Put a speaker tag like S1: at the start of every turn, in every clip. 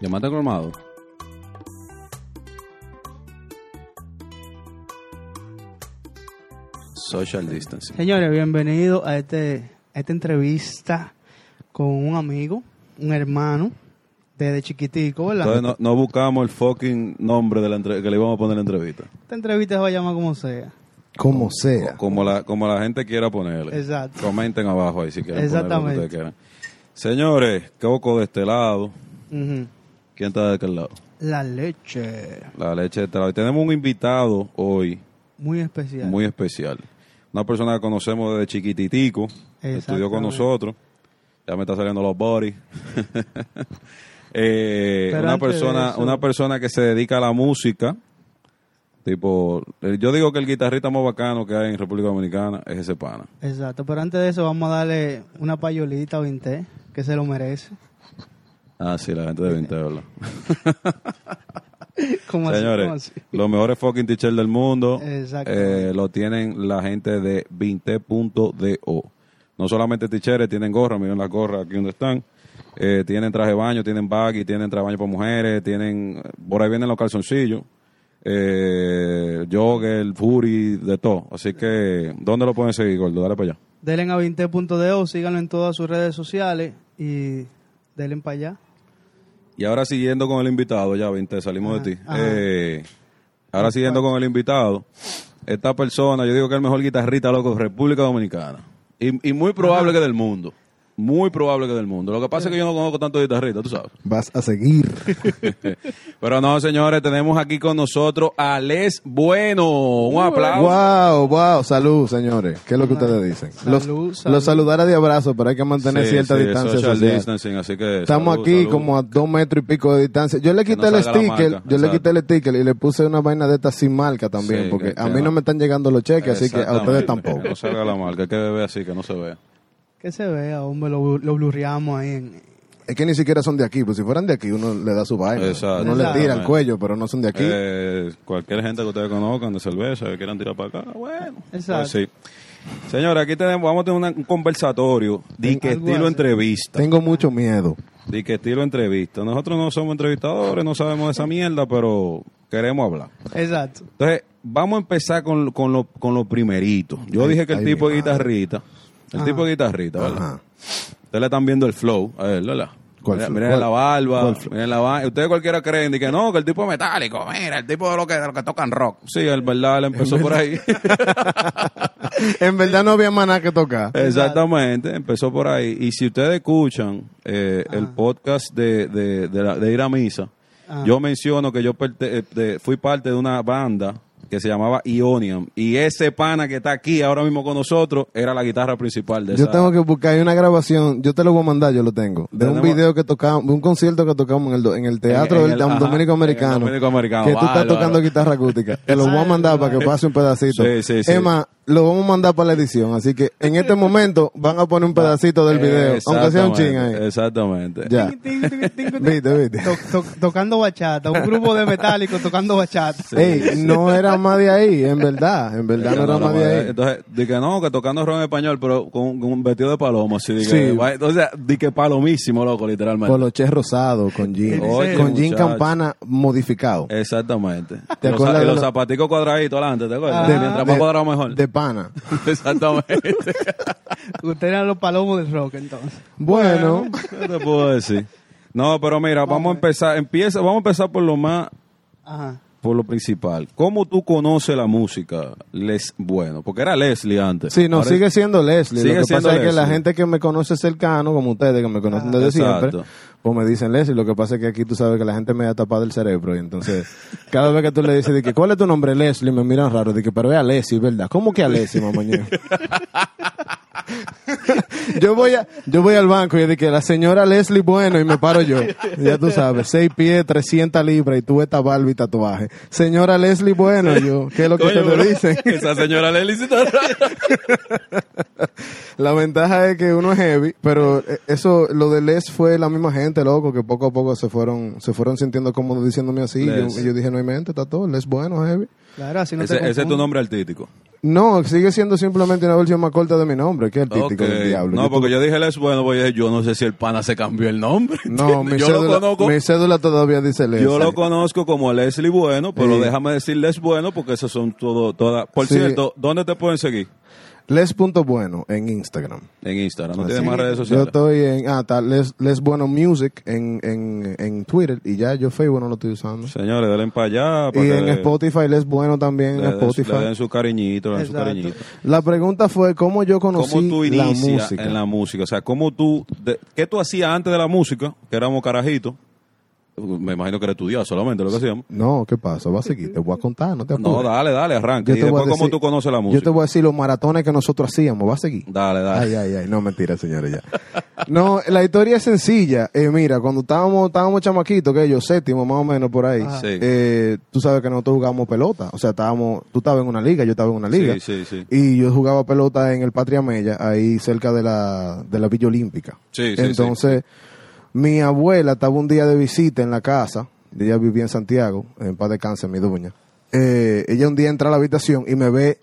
S1: Llamate a Colmado. Social distancing.
S2: Señores, bienvenidos a, este, a esta entrevista con un amigo, un hermano, desde chiquitico, ¿verdad?
S1: Entonces no, no buscamos el fucking nombre de la entre- que le íbamos a poner en la entrevista.
S2: Esta entrevista se va a llamar como sea.
S3: Como sea.
S1: Como la, como la gente quiera ponerle.
S2: Exacto.
S1: Comenten abajo ahí si quieren ponerle lo que
S2: Exactamente.
S1: ustedes quieran. Señores, Coco de este lado.
S2: Ujú.
S1: ¿Quién está de aquel lado?
S2: La leche.
S1: La leche de este lado. Y tenemos un invitado hoy
S2: Muy especial.
S1: muy especial. Una persona que conocemos desde chiquititico, estudió con
S2: Exactamente.
S1: nosotros. Ya me está saliendo los body. Eh,
S2: Pero
S1: una
S2: antes de
S1: persona,
S2: eso-
S1: una persona que se dedica a la música. Tipo, eh, yo digo que el guitarrista más bacano que hay en República Dominicana es ese pana.
S2: Exacto, pero antes de eso vamos a darle una payolita o vinté, que se lo merece.
S1: Ah, sí, la gente de 20 dólares.
S2: ¿Cómo así? ¿Cómo
S1: Señores,
S2: así?
S1: los mejores fucking teachers del mundo
S2: Exactamente.
S1: eh, lo tienen la gente de 20.do. No solamente teachers, tienen gorras, miren las gorras aquí donde están. Eh, tienen traje de baño, tienen baggy, tienen traje de baño para mujeres, tienen. Por ahí vienen los calzoncillos, eh, jogger, fury, de todo. Así que, ¿dónde lo pueden seguir, Gordo? Dale para allá.
S2: Denle a 20.deo, síganlo en todas sus redes sociales y denle para allá.
S1: Y ahora siguiendo con el invitado, ya 20, salimos de ti.
S2: Ajá.
S1: Eh, ahora siguiendo con el invitado, esta persona, yo digo que es el mejor guitarrista loco de República Dominicana. Y, y muy probable que del mundo. Muy probable que del mundo. Lo que pasa es que yo no conozco tanto guitarrista, tú sabes.
S3: Vas a seguir.
S1: Pero no, señores, tenemos aquí con nosotros a Les Bueno. Un aplauso.
S3: wow, wow. Salud, señores. ¿Qué es lo que ustedes dicen? Los,
S2: Salud, salud.
S3: los saludará de abrazo, pero hay que mantener
S1: Sí,
S3: cierta
S1: sí,
S3: distancia
S1: social
S3: social.
S1: distancing, así que
S3: Estamos
S1: salud,
S3: aquí
S1: salud.
S3: como a dos metros y pico de distancia. Yo le
S1: Que
S3: quité
S1: no
S3: el
S1: salga la
S3: sticker,
S1: marca,
S3: yo le quité
S1: exacto.
S3: el sticker y le puse una vaina de estas sin marca también,
S1: Sí,
S3: porque
S1: que-
S3: a
S1: que
S3: mí
S1: no.
S3: no me están llegando los cheques, así que a ustedes
S1: Exactamente.
S3: tampoco.
S1: Que No salga la marca, hay que bebe así, que no se vea.
S2: Que se vea, hombre, lo, lo blurreamos ahí. En...
S3: Es que ni siquiera son de aquí, pues si fueran de aquí uno le da su vaina.
S1: Exacto.
S3: Uno le tira el
S1: Exactamente.
S3: cuello, pero no son de aquí.
S1: Eh, cualquier gente que ustedes conozcan de cerveza, que quieran tirar para acá, bueno.
S2: Exacto.
S1: Pues sí. Señores, aquí tenemos, vamos a tener una- un conversatorio, di que
S2: Algo
S1: estilo
S2: así.
S1: entrevista,
S3: Tengo mucho miedo.
S1: di que estilo entrevista. Nosotros no somos entrevistadores, no sabemos de esa mierda, pero queremos hablar.
S2: Exacto.
S1: Entonces, vamos a empezar con, con lo, con lo primerito. Yo dije que el
S3: ay,
S1: tipo
S3: mi
S1: de guitarrita, el tipo de guitarrita, ¿verdad?
S3: Ajá.
S1: Ustedes le están viendo el flow, a él, ¿verdad?
S3: ¿Cuál
S1: Mira-
S3: flow?
S1: miren
S3: ¿Cuál-
S1: la barba,
S3: cuál flow?
S1: miren la barba. Ustedes cualquiera creen de que no, que el tipo es metálico, mira, el tipo de lo que, de lo que tocan rock. Sí, el verdad, él empezó por ahí.
S3: en verdad no había más nada que tocar.
S1: Exactamente, empezó por ahí. Y si ustedes escuchan eh,
S3: Ah.
S1: el podcast de, de, de la- de ir a misa,
S2: Ah.
S1: yo menciono que yo perte- eh, de- fui parte de una banda que se llamaba Ionium. Y ese pana que está aquí ahora mismo con nosotros era la guitarra principal de
S3: Yo
S1: esa-
S3: tengo que buscar hay una grabación, yo te lo voy a mandar, yo lo tengo, de un
S1: Tenemos-
S3: video que tocamos, de un concierto que tocamos en el, do- en el teatro
S1: En- en
S3: del
S1: el-
S3: Dom-
S1: ajá,
S3: Dominico
S1: en el
S3: Americano,
S1: Dominico Americano,
S3: que tú estás
S1: bárbaro.
S3: tocando guitarra acústica. Te lo voy a mandar para que pase un pedacito.
S1: Sí, sí, sí.
S3: Emma, lo vamos a mandar para la edición, así que en este momento van a poner un pedacito del video, aunque sea un
S1: Exactamente,
S3: ching ahí.
S1: Exactamente.
S3: Ya.
S2: Ting, ting, ting, ting, ting.
S3: Viste, viste.
S2: Toc- toc- tocando bachata, un grupo de metálicos tocando bachata.
S3: Ey, no era más de ahí, en verdad, en verdad no
S1: Ya
S3: era
S1: no,
S3: más
S1: no,
S3: de ahí.
S1: Entonces, di que no, que tocando rock en español, pero con, con un vestido de palomo, así. di que-
S3: Sí.
S1: va- Entonces, di que palomísimo, loco, literalmente.
S3: Poloché rosado con jean,
S1: Oye,
S3: con jean
S1: muchacho.
S3: campana modificado.
S1: Exactamente.
S3: ¿Te
S1: Y los,
S3: acuerdas
S1: y
S3: de
S1: los
S3: lo-
S1: zapaticos cuadraditos adelante, ¿te acuerdas?
S3: De-
S1: Mientras
S3: de-
S1: más cuadrado mejor.
S3: De pana.
S1: Exactamente.
S2: Ustedes eran los palomos del rock, entonces.
S3: Bueno,
S1: ¿Qué te puedo decir? No, pero mira, vamos a empezar, empieza, vamos a empezar por lo más,
S2: Ajá.
S1: por lo principal. ¿Cómo tú conoces la música? Les, bueno, porque era Leslie antes.
S3: Sí, no,
S1: Ahora
S3: sigue siendo Leslie.
S1: Sigue
S3: lo que
S1: siendo
S3: pasa es que la
S1: Leslie.
S3: gente que me conoce cercano, como ustedes que me conocen desde
S1: Exacto.
S3: siempre, pues me dicen Leslie. Lo que pasa es que aquí tú sabes que la gente me ha tapado el cerebro. Y entonces, cada vez que tú le dices, de que, ¿cuál es tu nombre, Leslie? Me miran raro. De que, pero es a Leslie, ¿verdad? ¿Cómo que a Leslie, mamá? ñe?" yo, voy a, yo voy al banco y de que la señora Leslie, bueno, y me paro yo. Ya tú sabes, seis pies, 300 libras y tú esta barba y tatuaje. Señora Leslie, bueno, y yo, ¿qué es lo que
S1: Coño,
S3: ustedes
S1: bro,
S3: dicen?
S1: Esa señora Leslie sí está
S3: La ventaja es que uno es heavy, pero eh, eso, lo de Les fue la misma gente, loco, que poco a poco se fueron, se fueron sintiendo cómodos diciéndome así. Y yo,
S1: Les.
S3: y yo dije, no hay mente, está todo, Les bueno, heavy.
S2: Claro, así no
S1: Ese,
S2: te
S1: ese es tu
S2: confundes.
S1: nombre artístico.
S3: No, sigue siendo simplemente una versión más corta de mi nombre, que es el típico
S1: Ok.
S3: del diablo.
S1: No,
S3: Yo
S1: porque yo dije Les Bueno, voy a decir, yo no sé si el pana se cambió el nombre.
S3: No, mi,
S1: ¿entiendes? yo lo
S3: cédula,
S1: conozco.
S3: mi cédula todavía dice Leslie.
S1: Yo lo conozco como Leslie Bueno, pero
S3: Sí.
S1: déjame decir Les Bueno porque esos son todo, todas. Por
S3: Sí.
S1: cierto, ¿dónde te pueden seguir?
S3: Les.bueno en Instagram.
S1: En Instagram, no
S3: Así.
S1: tienes más redes
S3: Ah, Yo
S1: sociales.
S3: estoy en. Ah, está Les, Les Bueno Music en, en, en Twitter y ya yo Facebook no lo estoy usando.
S1: Señores, denle para allá. para
S3: y
S1: que
S3: en
S1: le-
S3: Spotify, Les Bueno también en
S1: le den- Le
S3: Spotify.
S1: den su cariñito, le den su
S2: Exacto.
S1: cariñito.
S3: La pregunta fue cómo yo conocí
S1: ¿Cómo tú
S3: la
S1: inicias
S3: música.
S1: en la música? O sea, ¿cómo tú, de- ¿qué tú hacías antes de la música? Que éramos carajitos. Me imagino que era estudiado solamente lo que hacíamos.
S3: No, ¿qué pasa? Va a seguir, te voy a contar, no te
S1: No,
S3: apures.
S1: dale, dale, arranca.
S3: Yo
S1: y
S3: te voy
S1: después,
S3: a
S1: ¿cómo
S3: decir-
S1: tú conoces la
S3: Yo te
S1: música?
S3: voy a decir los maratones que nosotros hacíamos, va a seguir.
S1: Dale, dale.
S3: Ay, ay, ay, no, mentira, señores, ya. No, la historia es sencilla. Eh, mira, cuando estábamos, estábamos chamaquitos, que yo, séptimo más o menos por ahí,
S2: Ajá.
S1: Sí.
S3: eh, tú sabes que nosotros jugábamos pelota. O sea, estábamos, tú estabas en una liga, yo estaba en una liga.
S1: Sí, sí, sí.
S3: Y yo jugaba pelota en el Patria Mella, ahí cerca de la, de la Villa Olímpica.
S1: Sí, sí,
S3: Entonces, mi abuela estaba un día de visita en la casa, ella vivía en Santiago, en paz de cáncer, mi doña. Eh, ella un día entra a la habitación y me ve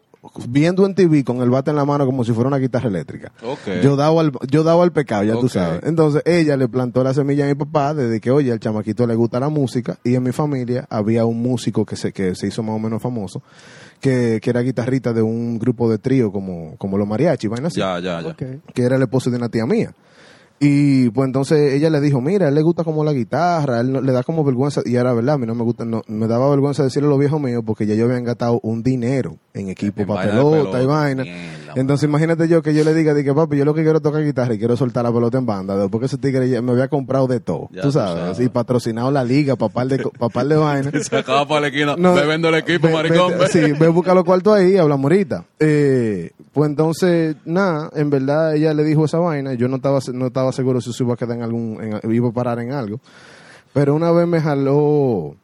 S3: viendo en TV con el bate en la mano como si fuera una guitarra eléctrica.
S1: Ok.
S3: Yo daba al, yo daba al pecado, ya tú
S1: Ok.
S3: sabes. Entonces ella le plantó la semilla a mi papá desde que, oye, al chamaquito le gusta la música y en mi familia había un músico que se, que se hizo más o menos famoso, que, que era guitarrista de un grupo de trío como, como los mariachi, vaina así
S1: Ya, ya, ya.
S2: Ok.
S3: que era el esposo de una tía mía. Y pues entonces ella le dijo, mira, a él le gusta como la guitarra, a él no- le da como vergüenza, y era verdad, a mí no me gusta, no- me daba vergüenza decirle a los viejos míos porque ya yo había gastado un dinero en equipo
S1: En
S3: para
S1: vaina de
S3: pelota, y
S1: pelota,
S3: vaina.
S1: mierda,
S3: entonces imagínate yo que yo le diga, de que papi, yo lo que quiero es tocar guitarra y quiero soltar la pelota en banda, ¿no? porque ese tigre ya me había comprado de todo,
S1: Ya
S3: tú
S1: tú
S3: sabes,
S1: sabes.
S3: y patrocinado la liga, papal de, co- papal de vaina.
S1: Se acaba para la esquina.
S3: No,
S1: Ve, vendo el equipo,
S3: ve-
S1: maricón.
S3: vete-
S1: ve.
S3: sí, ve a buscar los cuartos ahí y hablamos ahorita. Eh, pues entonces, nada, en verdad ella le dijo esa vaina. Yo no estaba, se- no estaba seguro si se iba a quedar en algún, en- iba a parar en algo. Pero una vez me jaló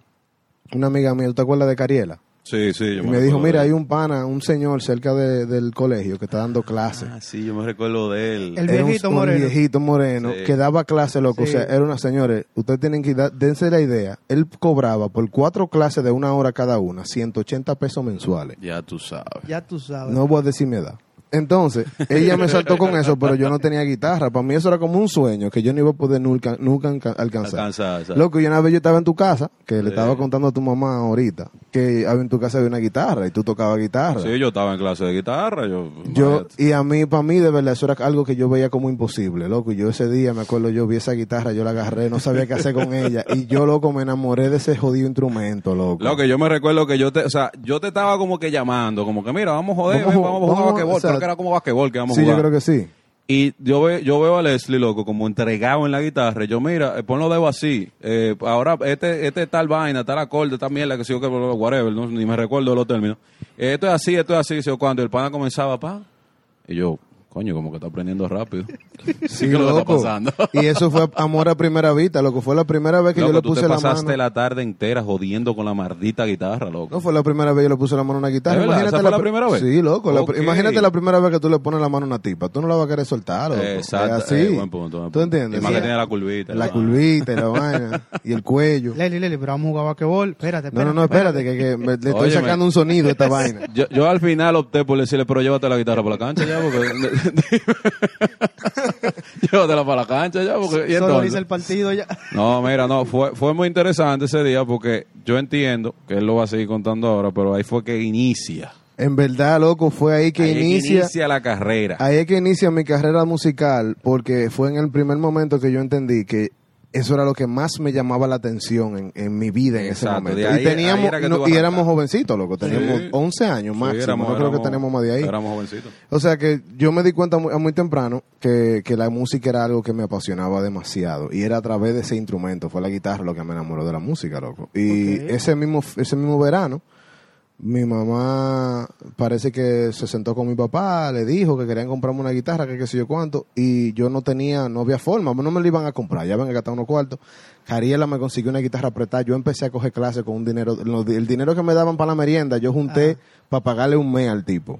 S3: una amiga mía, ¿tú te acuerdas de Cariela?
S1: Sí, sí.
S3: Y
S1: Yo
S3: me dijo,
S1: recuerdo
S3: mira,
S1: de
S3: hay
S1: él".
S3: un pana, un señor cerca de- del colegio que está dando clases.
S1: Ah, sí, yo me recuerdo de él.
S2: El
S3: Era un-
S2: viejito
S3: un
S2: moreno.
S3: viejito moreno
S1: Sí.
S3: que daba clase, loco.
S2: Sí.
S3: O sea, era una señores, ustedes tienen que dar, dense la idea. Él cobraba por cuatro clases de una hora cada una, 180 pesos mensuales.
S1: Ya tú sabes.
S2: Ya tú sabes.
S3: No voy a decir mi edad. Entonces, ella me saltó con eso, pero yo no tenía guitarra. Para mí eso era como un sueño que yo no iba a poder nunca, nunca alca- alcanzar.
S1: Alcanzar, exacto.
S3: Loco, y una vez yo estaba en tu casa, que le estaba contando a tu mamá ahorita, que había en tu casa había una guitarra y tú tocabas guitarra.
S1: Sí, yo estaba en clase de guitarra. Yo,
S3: Yo, y a mí, para mí, de verdad, eso era algo que yo veía como imposible, loco. Y yo ese día, me acuerdo, yo vi esa guitarra, yo la agarré, no sabía qué hacer con ella. Y yo, loco, me enamoré de ese jodido instrumento, loco.
S1: Lo que yo me recuerdo que yo te, o sea, yo te estaba como que llamando, como que mira, vamos a joder,
S3: Vamos
S1: ven,
S3: a
S1: vamos,
S3: ju-
S1: a jugar
S3: vamos a-
S1: basquetbol,
S3: o sea,
S1: creo que era como basquetbol que vamos
S3: sí,
S1: a
S3: yo
S1: jugar.
S3: creo que sí.
S1: Y yo, ve, yo veo a Leslie, loco, como entregado en la guitarra. Yo, mira, eh, pon los dedos así. Eh, ahora, este, este tal vaina, tal acorde, tal mierda, que sigo que, bla, bla, whatever, no, ni me recuerdo los términos. Eh, esto es así, esto es así. Cuando el pana comenzaba, pa. Y yo, coño, como que está aprendiendo rápido.
S3: Sí,
S1: que lo que está
S3: loco.
S1: pasando.
S3: Y eso fue amor a primera vista, loco. Fue la primera vez que
S1: Loco,
S3: yo le
S1: tú
S3: puse
S1: te
S3: la
S1: pasaste
S3: mano.
S1: la tarde entera jodiendo con la maldita guitarra, loco.
S3: No fue la primera vez que yo le puse la mano a una guitarra.
S1: ¿Es verdad? ¿Esa fue la primera vez?
S3: Sí, loco. la pr-
S1: Ok.
S3: Imagínate la primera vez que tú le pones la mano a una tipa. Tú no la vas a querer soltar, loco.
S1: Exacto,
S3: Es así.
S1: eh, buen punto, buen
S3: ¿Tú
S1: punto.
S3: entiendes?
S1: Y más
S3: Sí.
S1: que tiene la curvita,
S3: La
S1: ¿no?
S3: curvita y la vaina. Y el cuello.
S2: Leli, Leli, pero vamos a jugar basquetbol. Espérate,
S3: No,
S2: espérate.
S3: no, no, espérate, que, que me- le estoy
S1: Óyeme.
S3: sacando un sonido a esta vaina.
S1: Yo, yo al final opté por decirle, pero llévate la guitarra para la cancha ya, porque... llévatela para la cancha ya, porque... y
S2: Solo
S1: entonces?
S2: dice el partido ya.
S1: No, mira, no, fue, fue muy interesante ese día porque yo entiendo que él lo va a seguir contando ahora, pero ahí fue que inicia.
S3: En verdad, loco, fue ahí que
S1: Ahí es
S3: inicia.
S1: la carrera.
S3: Ahí es que inicia mi carrera musical, porque fue en el primer momento que yo entendí que eso era lo que más me llamaba la atención en, en mi vida en
S1: Exacto,
S3: ese
S1: de
S3: momento.
S1: ahí-
S3: y teníamos,
S1: ahí era que tú
S3: no- y
S1: arrancabas.
S3: éramos jovencitos, loco. Teníamos 11 años
S1: Sí,
S3: máximo.
S1: éramos-
S3: no creo que
S1: éramos-
S3: tenemos más de ahí.
S1: Éramos jovencitos.
S3: O sea que yo me di cuenta muy, muy temprano que, que la música era algo que me apasionaba demasiado y era a través de ese instrumento, fue la guitarra lo que me enamoró de la música, loco. Y
S2: Ok.
S3: ese mismo ese mismo verano mi mamá parece que se sentó con mi papá, le dijo que querían comprarme una guitarra, que qué sé yo cuánto, y yo no tenía, no había forma, no me la iban a comprar, ya ven a gastar unos cuartos. Cariela me consiguió una guitarra prestada, yo empecé a coger clases con un dinero, lo- el dinero que me daban para la merienda, yo junté para pagarle un mes al tipo.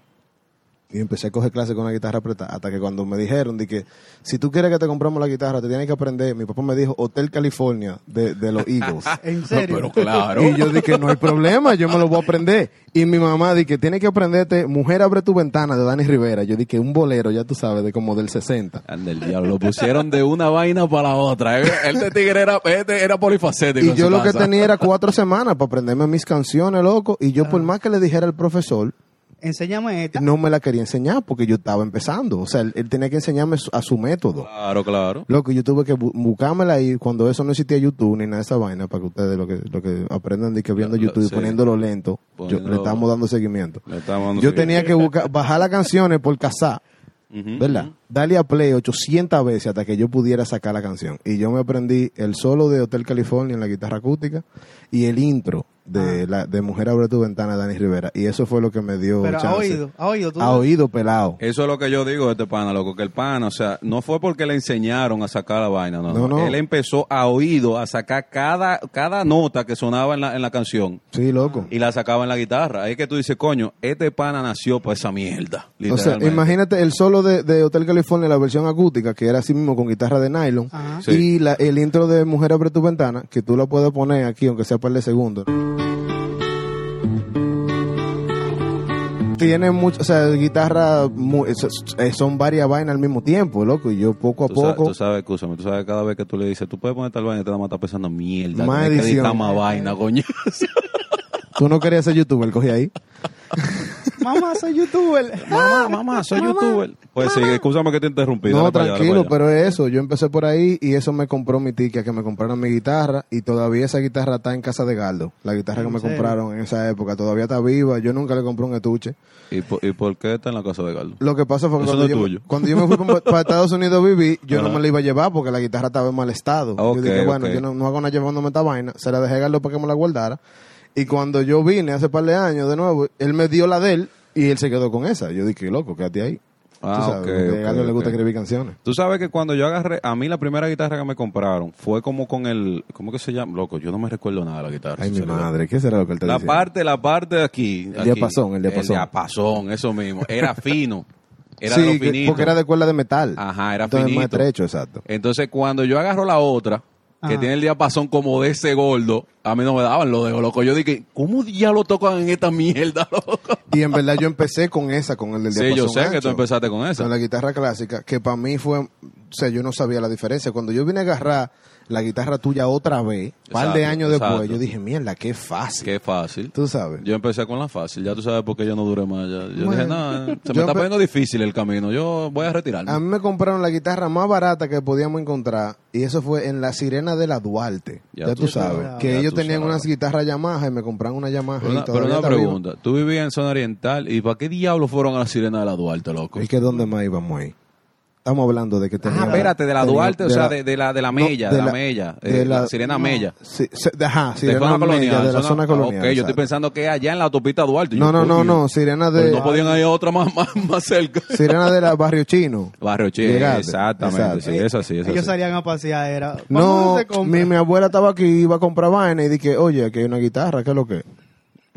S3: y empecé a coger clases con una guitarra apretada. Hasta que cuando me dijeron de que si tú quieres que te compramos la guitarra, te tienes que aprender. Mi papá me dijo Hotel California de, de los Eagles.
S2: En serio.
S1: Pero claro.
S3: Y yo dije, no hay problema, yo me lo voy a aprender. Y mi mamá dije, tienes que aprenderte Mujer abre tu ventana de Dani Rivera. Yo dije, un bolero, ya tú sabes, de como del 60.
S1: Anda el diablo, lo pusieron de una vaina para la otra. Este tigre era, este era polifacético.
S3: Y
S1: en
S3: yo
S1: su
S3: lo que
S1: casa.
S3: tenía era cuatro semanas para aprenderme mis canciones, loco. Y yo, por más que le dijera al profesor,
S2: Enséñame esta.
S3: no me la quería enseñar porque yo estaba empezando. O sea, él, él tenía que enseñarme su- a su método.
S1: Claro, claro.
S3: Loco, yo tuve que bu- buscármela y cuando eso no existía YouTube ni nada de esa vaina, para que ustedes lo que, lo que aprendan de que viendo
S1: Lo- lo-
S3: YouTube y
S1: sí.
S3: poniéndolo lento, yo-
S1: Poniéndolo-
S3: le estamos dando seguimiento.
S1: Le estamos dando
S3: Yo
S1: seguimiento.
S3: tenía que buscar, bajar las canciones por casar, ¿verdad? Darle a play 800 veces hasta que yo pudiera sacar la canción. Y yo me aprendí el solo de Hotel California en la guitarra acústica y el intro
S2: Ah.
S3: de, la, de Mujer Abre tu Ventana de Dani Rivera. Y eso fue lo que me dio
S2: Pero ha
S3: chance.
S2: oído, ha oído. tú.
S3: A oído pelado.
S1: Eso es lo que yo digo de este pana, loco, que el pana, o sea, no fue porque le enseñaron a sacar la vaina, no.
S3: No, no.
S1: Él empezó a oído a sacar cada, cada nota que sonaba en la, en la canción
S3: Sí, loco.
S1: y la sacaba en la guitarra. Ahí es que tú dices, coño, este pana nació para esa mierda.
S3: O sea,
S1: literalmente.
S3: imagínate el solo de, de Hotel California, la versión acústica, que era así mismo con guitarra de nylon,
S2: Ajá.
S1: Sí.
S3: y la- el intro de Mujer abre tu ventana, que tú la puedes poner aquí, aunque sea par de segundos. Tiene mucho, o sea, guitarra, mu- es- es- son varias vainas al mismo tiempo, loco, y yo poco a
S1: Tú sabes,
S3: poco...
S1: tú sabes, escúchame, tú sabes cada vez que tú le dices, tú puedes poner tal vaina, te la mata pensando mierda.
S3: Más
S1: tienes que
S3: edición.
S1: editar más vaina, coño.
S3: Tú no querías ser youtuber, cogí ahí.
S2: Mamá, soy youtuber.
S1: mamá, mamá, soy youtuber. Pues sí, escúchame que te interrumpí.
S3: No,
S1: dale para allá, dale
S3: tranquilo,
S1: para allá.
S3: pero es eso. Yo empecé por ahí y eso me compró mi ticket, que me compraron mi guitarra y todavía esa guitarra está en casa de Galdo. La guitarra que
S2: ¿En
S3: me
S2: serio?
S3: compraron en esa época todavía está viva. Yo nunca le compré un estuche.
S1: ¿Y por, ¿Y por qué está en la casa de Carlos?
S3: Lo que pasa fue que
S1: Eso
S3: cuando,
S1: no es
S3: yo,
S1: tuyo.
S3: cuando yo me fui pa- para Estados Unidos a vivir, yo no
S1: Ajá.
S3: me la iba a llevar porque la guitarra estaba en mal estado.
S1: Ah, ok,
S3: yo dije, bueno,
S1: ok.
S3: yo no, no hago nada llevándome esta vaina. Se la dejé a Galdo para que me la guardara. Y cuando yo vine hace par de años de nuevo, él me dio la de él y él se quedó con esa. Yo dije, loco, quédate ahí.
S1: Ah,
S3: Tú sabes,
S1: ok,
S3: porque
S1: ok,
S3: a Galdo le gusta
S1: ok.
S3: escribir canciones.
S1: Tú sabes que cuando yo agarré, a mí la primera guitarra que me compraron fue como con el, ¿cómo que se llama? Loco, yo no me recuerdo nada de la guitarra.
S3: Ay, mi
S1: sinceramente.
S3: madre, ¿qué será lo que él te
S1: La
S3: dice?
S1: parte, la parte de aquí.
S3: El
S1: aquí.
S3: diapasón, el diapasón.
S1: El diapasón, eso mismo. Era fino. Era
S3: sí,
S1: de lo
S3: que-
S1: finito.
S3: porque era de cuerda de metal.
S1: Ajá, era
S3: Entonces,
S1: finito.
S3: más estrecho, exacto.
S1: Entonces, cuando yo agarro la otra, que
S2: Ajá.
S1: tiene el diapasón como de ese gordo, a mí no me daban los dedos, loco. Yo dije, ¿cómo diablo tocan en esta mierda, loco?
S3: Y en verdad yo empecé con esa, con el del
S1: Sí, yo
S3: diapasón
S1: sé que tú
S3: ancho,
S1: empezaste con esa.
S3: Con la guitarra clásica, que para mí fue, o sea, yo no sabía la diferencia. Cuando yo vine a agarrar la guitarra tuya otra vez, un par de
S1: Exacto,
S3: años después,
S1: exacto.
S3: yo dije, mierda, qué fácil.
S1: Qué fácil.
S3: Tú sabes.
S1: Yo empecé con la fácil, ya tú sabes por qué yo no duré más. ya. Yo
S3: Bueno,
S1: dije, no, eh, se me
S3: yo
S1: está
S3: empe-
S1: poniendo difícil el camino, yo voy a retirarme.
S3: A mí me compraron la guitarra más barata que podíamos encontrar y eso fue en la Sirena de la Duarte.
S1: Ya
S3: Ya,
S1: tú
S3: tú
S1: sabes.
S3: sabes. Que
S1: Ya
S3: ellos
S1: tú
S3: tenían
S1: sabes.
S3: unas guitarras Yamaha y me compraron una Yamaha.
S1: Pero
S3: y
S1: una, pero
S3: todavía
S1: una
S3: está viva.
S1: pregunta, tú vivías en zona oriental y ¿para qué diablo fueron a la sirena de la Duarte, loco?
S3: Es que ¿dónde más íbamos ahí? Estamos hablando de que tenía...
S1: Ah, espérate, de la
S3: tenía-
S1: Duarte, o sea, de, de la, de la
S3: no,
S1: Mella, de, la, Mella, eh,
S3: de
S1: la, sirena
S3: no,
S1: Mella.
S3: sí, se- de- ajá,
S1: De
S3: Sirena
S1: zona
S3: Mella,
S1: colonial.
S3: de la zona
S1: ah,
S3: colonial.
S1: ok, yo estoy
S3: exacto.
S1: pensando que es allá en la autopista Duarte.
S3: No,
S1: Yo,
S3: no, no,
S1: coño,
S3: no, Sirena
S1: pero
S3: de...
S1: no podían ir a otra más, más, más cerca.
S3: Sirena de la Barrio Chino.
S1: Barrio Chile,
S3: Llegaste,
S1: exactamente,
S3: exacto.
S1: sí, es así, es
S2: Ellos
S1: así.
S2: salían a pasear, era.
S3: No,
S2: "Vamos a hacer
S3: mi,
S2: compras".
S3: mi abuela estaba aquí, iba a comprar vaina y dije, oye, aquí hay una guitarra, ¿qué es lo que? es?".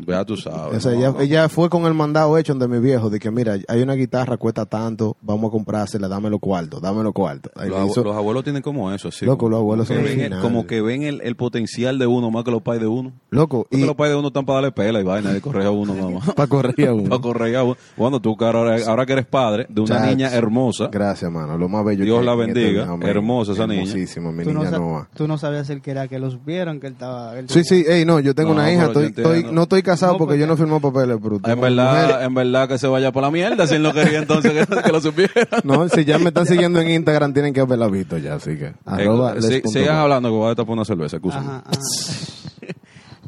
S1: Ya tú sabes.
S3: O sea,
S1: no,
S3: ella,
S1: no.
S3: ella fue con el mandado hecho de mi viejo, de que mira, hay una guitarra, cuesta tanto, vamos a comprársela, dame los cuartos, dame los cuartos. Ahí
S1: Los,
S3: le
S1: abue-
S3: hizo-
S1: los abuelos tienen como eso, así.
S3: Loco,
S1: como-
S3: los abuelos
S1: como
S3: son
S1: que ven el-
S3: originales.
S1: Como que ven el, el potencial de uno más que los pais de uno.
S3: Loco,
S1: Porque
S3: y
S1: los pais de uno están para darle pela y vaina de correr a uno, mamá.
S3: para correr a
S1: Para
S3: uno.
S1: correr a uno. Bueno, tú, cara, ahora, ahora que eres padre de una
S3: Chacho.
S1: niña hermosa,
S3: Gracias, mano. Lo más bello
S1: Dios
S3: que hay
S1: la
S3: en esta
S1: bendiga.
S3: vida. Amén.
S1: Hermosa esa niña.
S3: Hermosísima, mi
S2: Tú no,
S3: niña
S2: sa-
S3: Noah.
S2: tú no sabías el que era que lo supieron, que él estaba. él
S3: Sí,
S2: tuvo-
S3: sí, ey, no, yo tengo
S1: No,
S3: una
S1: pero
S3: hija,
S1: yo
S3: estoy,
S1: entiendo.
S3: estoy- no estoy casado
S2: No,
S3: porque
S2: porque-
S3: yo no firmo papeles, pero
S1: en
S3: tengo
S1: verdad,
S3: mujer.
S1: en verdad que se vaya para la mierda si él no quería entonces que, que lo supieran.
S3: No, si ya me están siguiendo en Instagram, tienen que haberla visto ya, así que. arroba
S1: Eh,
S3: les
S1: si-
S3: punto
S1: sigas
S3: com.
S1: hablando que voy a tapar una cerveza, escúchame.
S2: Ajá, ajá.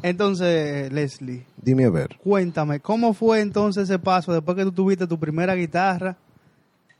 S2: Entonces, Leslie,
S3: Dime a ver.
S2: cuéntame, ¿cómo fue entonces ese paso después que tú tuviste tu primera guitarra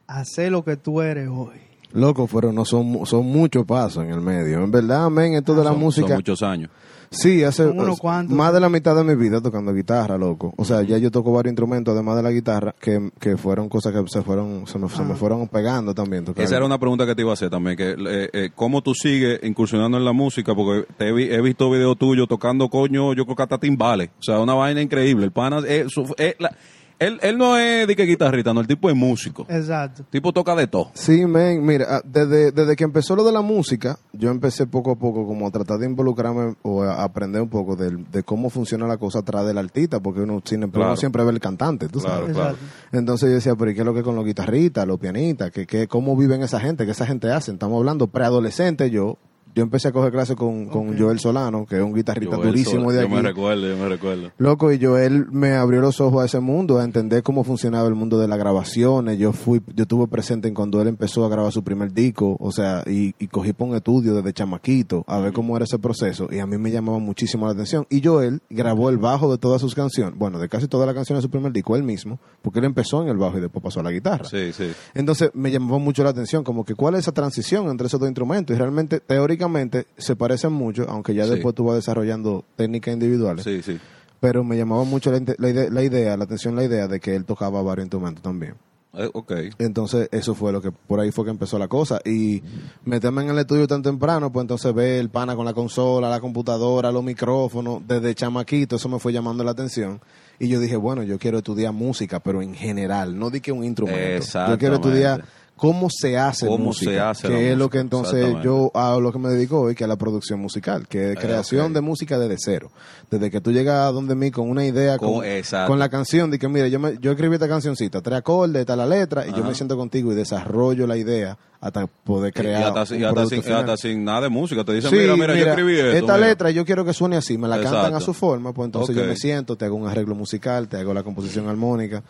S2: a ser lo que tú eres hoy?
S3: Loco, pero no son, mu- son muchos pasos en el medio. En verdad, men, esto de la
S1: Son-
S3: música.
S1: Son muchos años.
S3: Sí, hace
S2: Son unos
S3: eh,
S2: cuantos.
S3: más de la mitad de mi vida tocando guitarra, loco. O sea, ya yo toco varios instrumentos además de la guitarra que, que fueron cosas que se fueron se me, se me
S2: Ah.
S3: fueron pegando también. tocar.
S1: Esa era una pregunta que te iba a hacer también, que eh, eh, cómo tú sigues incursionando en la música, porque te vi- he visto videos tuyos tocando coño, yo creo que hasta timbales, o sea, una vaina increíble. El pana, eh, su- eh, la- Él, él no es de que guitarrista, no, el tipo es músico.
S2: Exacto.
S1: El tipo toca de todo.
S3: Sí, men, mira, ah, desde, desde que empezó lo de la música, yo empecé poco a poco como a tratar de involucrarme o a aprender un poco del- de, cómo funciona la cosa atrás del artista, porque uno, sin embargo,
S1: Claro.
S3: siempre ve el cantante, tú
S1: Claro,
S3: sabes.
S1: claro.
S2: Exacto.
S3: Entonces yo decía, pero ¿y qué es lo que con los guitarristas, los pianistas? ¿Qué, qué, ¿Cómo viven esa gente? ¿Qué esa gente hace? Estamos hablando preadolescente yo. Yo empecé a coger clases con, con Joel Solano, que es un guitarrista
S1: Joel
S3: durísimo
S1: Sol-
S3: de
S1: yo
S3: aquí.
S1: me recuerdo, yo me recuerdo.
S3: Loco, y Joel me abrió los ojos a ese mundo, a entender cómo funcionaba el mundo de las grabaciones. Yo fui, yo estuve presente en cuando él empezó a grabar su primer disco, o sea, y, y cogí por un estudio desde chamaquito a ver cómo era ese proceso, y a mí me llamaba muchísimo la atención. Y Joel grabó el bajo de todas sus canciones, bueno, de casi todas las canciones de su primer disco, él mismo, porque él empezó en el bajo y después pasó a la guitarra.
S1: Sí, sí.
S3: Entonces me llamaba mucho la atención, como que cuál es esa transición entre esos dos instrumentos. Y realmente, teóricamente, se parecen mucho, aunque ya
S1: Sí.
S3: después tú vas desarrollando técnicas individuales
S1: Sí, sí.
S3: pero me llamaba mucho la, inte- la ide- la idea, la atención, la idea de que él tocaba varios instrumentos también.
S1: Eh, ok.
S3: Entonces, eso fue lo que, por ahí fue que empezó la cosa. Y meterme en el estudio tan temprano, pues entonces ver el pana con la consola, la computadora, los micrófonos, desde chamaquito, eso me fue llamando la atención. Y yo dije, bueno, yo quiero estudiar música, pero en general, no di que un instrumento. Yo quiero
S1: Exactamente.
S3: estudiar cómo se hace
S1: Cómo
S3: música,
S1: se hace
S3: que
S1: la
S3: es lo
S1: música,
S3: que entonces
S1: exactamente.
S3: yo a lo que me dedico hoy, que es la producción musical, que es
S1: Eh,
S3: creación
S1: ok.
S3: de música desde cero. Desde que tú llegas a donde mí con una idea,
S1: Con-
S3: con,
S1: exacto.
S3: con la canción, de que mira, yo, me- yo escribí esta cancioncita, tres acordes, está la letra, y yo me siento contigo y desarrollo la idea hasta poder crear.
S1: y hasta,
S3: un
S1: y hasta
S3: producto
S1: sin,
S3: final.
S1: hasta sin nada de música. Te dicen,
S3: Sí,
S1: mira, mira, yo escribí esto.
S3: esta
S1: mira.
S3: letra yo quiero que suene así, me la cantan
S1: Exacto.
S3: a su forma, pues entonces
S1: Ok.
S3: yo me siento, te hago un arreglo musical, te hago la composición armónica,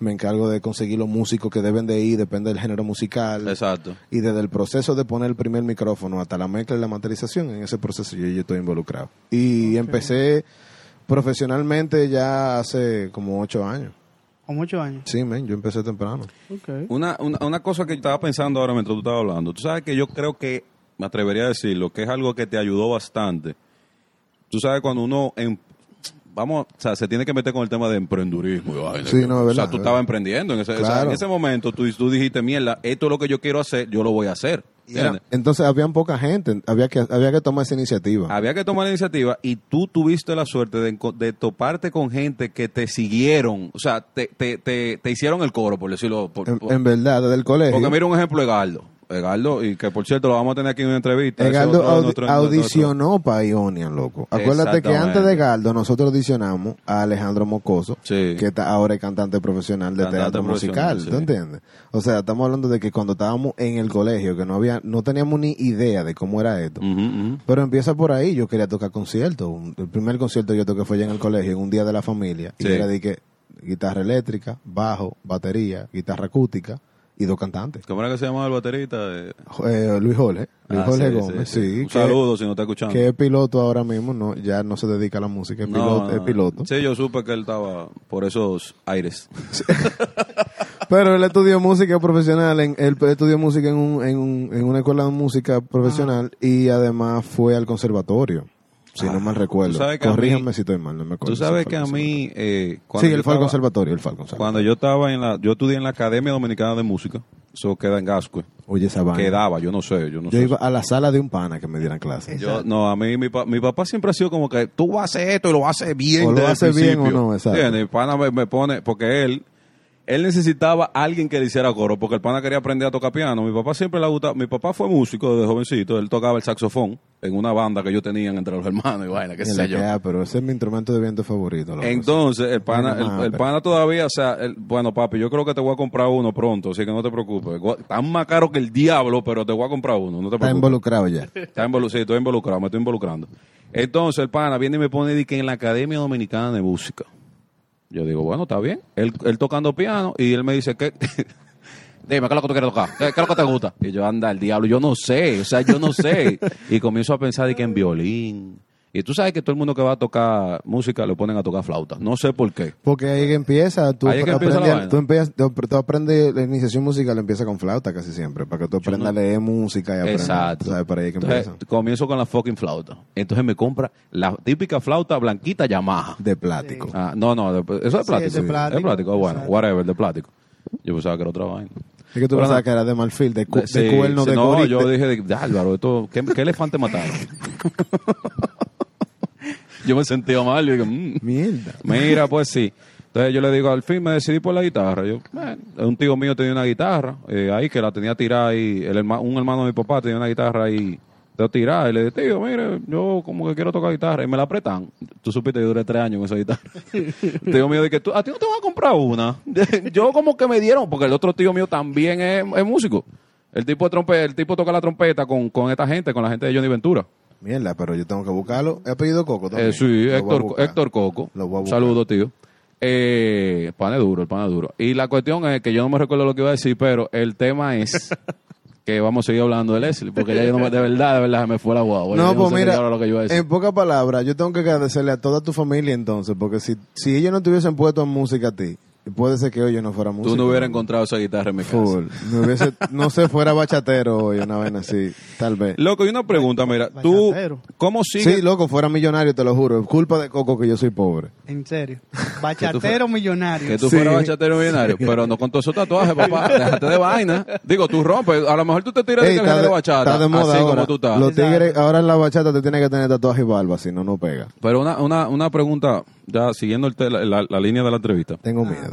S3: me encargo de conseguir los músicos que deben de ir, depende del género musical.
S1: Exacto.
S3: Y desde el proceso de poner el primer micrófono hasta la mezcla y la materialización, en ese proceso yo, yo estoy involucrado. Y empecé profesionalmente ya hace como ocho años.
S2: Con muchos años.
S3: Sí, men, yo empecé temprano.
S2: Ok.
S1: Una, una, una cosa que yo estaba pensando ahora mientras tú estabas hablando, tú sabes que yo creo que, me atrevería a decirlo, que es algo que te ayudó bastante. Tú sabes cuando uno, em- vamos, o sea, se tiene que meter con el tema de emprendurismo. y vaina.
S3: Sí, no, es
S1: O sea,
S3: verdad,
S1: tú
S3: es
S1: estabas
S3: verdad.
S1: emprendiendo. En ese, o sea,
S3: Claro.
S1: en ese momento tú, tú dijiste, mierda, esto es lo que yo quiero hacer, yo lo voy a hacer. ¿Entiendes?
S3: Entonces había poca gente, había que, había que tomar esa iniciativa.
S1: Había que tomar la iniciativa y tú tuviste la suerte de, enco- de toparte con gente que te siguieron, o sea, te, te, te, te hicieron el coro, por decirlo. por-
S3: en,
S1: por-
S3: en verdad, desde el colegio.
S1: Porque mira un ejemplo de Gardo. Egaldo, y que por cierto lo vamos a tener aquí en una entrevista. Ese
S3: Egaldo
S1: otro-
S3: audi-
S1: otro- otro-
S3: audicionó para Ionian, loco. Acuérdate que
S1: Exactamente.
S3: antes de Galdo nosotros audicionamos a Alejandro Mocoso,
S1: Sí.
S3: que está ahora es cantante profesional de
S1: Cantante
S3: teatro
S1: profesional,
S3: musical,
S1: sí.
S3: ¿tú entiendes? O sea, estamos hablando de que cuando estábamos en el colegio, que no había no teníamos ni idea de cómo era esto.
S1: Ujú, ujú.
S3: Pero empieza por ahí, yo quería tocar conciertos. Un- El primer concierto yo toqué fue ya en el colegio, en un día de la familia.
S1: Sí.
S3: Y era de que guitarra eléctrica, bajo, batería, guitarra acústica y dos cantantes.
S1: ¿Cómo era que se llamaba el baterista? Eh,
S3: Eh, Luis Jorge, Luis
S1: ah,
S3: Jorge
S1: sí,
S3: Gómez, sí.
S1: Un
S3: que-
S1: saludo si no está escuchando.
S3: que es piloto ahora mismo, no, ya no se dedica a la música, es
S1: No,
S3: piloto.
S1: no,
S3: es
S1: no.
S3: piloto.
S1: Sí, yo supe que él estaba por esos aires.
S3: Pero él estudió música profesional, en, él estudió música en, un, en, un- en una escuela de música profesional
S1: Ah.
S3: y además fue al conservatorio, si no mal recuerdo.
S1: sabes que a mí-
S3: Corríjanme si estoy mal, no me acuerdo.
S1: Tú sabes
S3: si fue
S1: que a
S3: al
S1: mí... eh,
S3: conservatorio.
S1: yo
S3: Sí, él fue al
S1: estaba-
S3: conservatorio, él fue al conservatorio.
S1: Cuando yo estaba en la... Yo estudié en la Academia Dominicana de Música. Eso queda en Gascue.
S3: Oye, esa vaina.
S1: Quedaba, yo no sé, yo no
S3: Yo
S1: sé.
S3: iba a la sala de un pana que me dieran clases.
S1: Yo, no, a mí mi, pa- mi papá siempre ha sido como que tú vas a hacer esto y lo haces bien.
S3: O lo
S1: desde el
S3: haces bien
S1: principio.
S3: o no, exacto.
S1: ¿Entiendes? El pana me, me pone, porque él, él necesitaba a alguien que le hiciera coro, porque el pana quería aprender a tocar piano. Mi papá siempre le ha gustado, mi papá fue músico desde jovencito, él tocaba el saxofón en una banda que yo tenía entre los hermanos y vaina, qué
S3: Y
S1: sé
S3: la
S1: yo.
S3: que, ah, pero ese es mi instrumento de viento favorito. loco.
S1: Entonces, el pana,
S3: Ay, no
S1: el,
S3: mames.
S1: el pana todavía, o sea, el- bueno, papi, yo creo que te voy a comprar uno pronto, así que no te preocupes. Gua- Tan más caro que el diablo, pero te voy a comprar uno, no te
S3: Está
S1: preocupes.
S3: involucrado ya.
S1: Está involu- sí, estoy involucrado, me estoy involucrando. Entonces el pana viene y me pone de que en la Academia Dominicana de Música. Yo digo, bueno, está bien. Él, él tocando piano y él me dice que... Dime, ¿qué es lo que tú quieres tocar? ¿Qué, qué es lo que te gusta? Y yo, anda, el diablo, yo no sé, o sea, yo no sé. Y comienzo a pensar de que en violín. Y tú sabes que todo el mundo que va a tocar música lo ponen a tocar flauta. No sé por qué.
S3: Porque ahí que empieza, tú
S1: Ahí es que
S3: aprendes,
S1: empieza la vaina.
S3: tú empiezas- tú- tú aprendes la iniciación musical empieza con flauta casi siempre, para que tú aprendas a leer música y aprendas,
S1: Exacto.
S3: tú ¿sabes? Para ahí que
S1: Entonces,
S3: empieza.
S1: comienzo con la fucking flauta. Entonces me compra la típica flauta blanquita Yamaha.
S3: De plástico.
S1: Ah, no, no, de- eso es
S2: Sí,
S1: plástico.
S2: es de
S1: Sí.
S2: plástico,
S1: Es plástico, ah, bueno,
S2: exacto.
S1: whatever, de plástico. Yo pensaba que era otra vaina.
S3: Es que tú
S1: Pero
S3: pensabas
S1: no.
S3: que era de marfil, de, cu- de
S1: Sí,
S3: cuerno,
S1: sí,
S3: de
S1: No,
S3: cori-
S1: yo
S3: de-
S1: dije, de- Álvaro, esto, ¿qué, qué elefante mataron? yo me sentía mal. yo dije, mm.
S3: Mierda.
S1: Mira, pues sí. Entonces yo le digo, al fin me decidí por la guitarra. Yo, bueno, un tío mío tenía una guitarra eh, ahí que la tenía tirada ahí. El herma- un hermano de mi papá tenía una guitarra ahí de tirada. Y le dije, tío, mire, yo como que quiero tocar guitarra. Y me la apretan. Tú supiste, yo duré tres años con esa guitarra. El tío mío dije, ¿Tú, ¿a ti no te vas a comprar una? yo como que me dieron, porque el otro tío mío también es, es músico. El tipo, de trompe- el tipo toca la trompeta con, con esta gente, con la gente de Johnny Ventura.
S3: Mierda, pero yo tengo que buscarlo. He pedido Coco también.
S1: Eh, sí,
S3: Lo voy a
S1: Héctor,
S3: buscar.
S1: Héctor Coco.
S3: Lo voy a buscar.
S1: Saludos, tío. Eh, pan es duro, el pan es duro. Y la cuestión es que yo no me recuerdo lo que iba a decir, pero el tema es que vamos a seguir hablando de Leslie, porque ya yo no me, de verdad, de verdad, se me fue la guagua.
S3: No,
S1: Yo
S3: pues
S1: sé
S3: mira,
S1: ahora lo que yo iba a decir.
S3: en pocas palabras, yo tengo que agradecerle a toda tu familia entonces, porque si, si ellos no te hubiesen puesto en música a ti, puede ser que hoy yo no fuera músico.
S1: Tú no hubieras encontrado esa guitarra en mi casa.
S3: Full. Me hubiese- no sé, fuera bachatero hoy, una vaina así, tal vez.
S1: Loco, y una pregunta, mira, tú,
S2: Bachatero.
S1: ¿cómo
S3: Sí,
S1: sigues?
S3: loco, fuera millonario, te lo juro. Es culpa de Coco que yo soy pobre.
S2: En serio. Bachatero millonario.
S1: Que tú
S3: Sí.
S1: fueras bachatero millonario, pero no con todos esos tatuajes, papá. Déjate de vaina. Digo, tú rompes. A lo mejor tú te tiras
S3: Ey,
S1: de que
S3: está
S1: de
S3: de-
S1: bachata.
S3: está de moda
S1: así
S3: ahora.
S1: como tú estás.
S3: Los
S2: Exacto.
S3: tigres, ahora en la bachata te tiene que tener tatuaje y barba, si no, no pega.
S1: Pero una, una, una pregunta, ya siguiendo el te- la- la- la línea de la entrevista.
S3: Tengo miedo.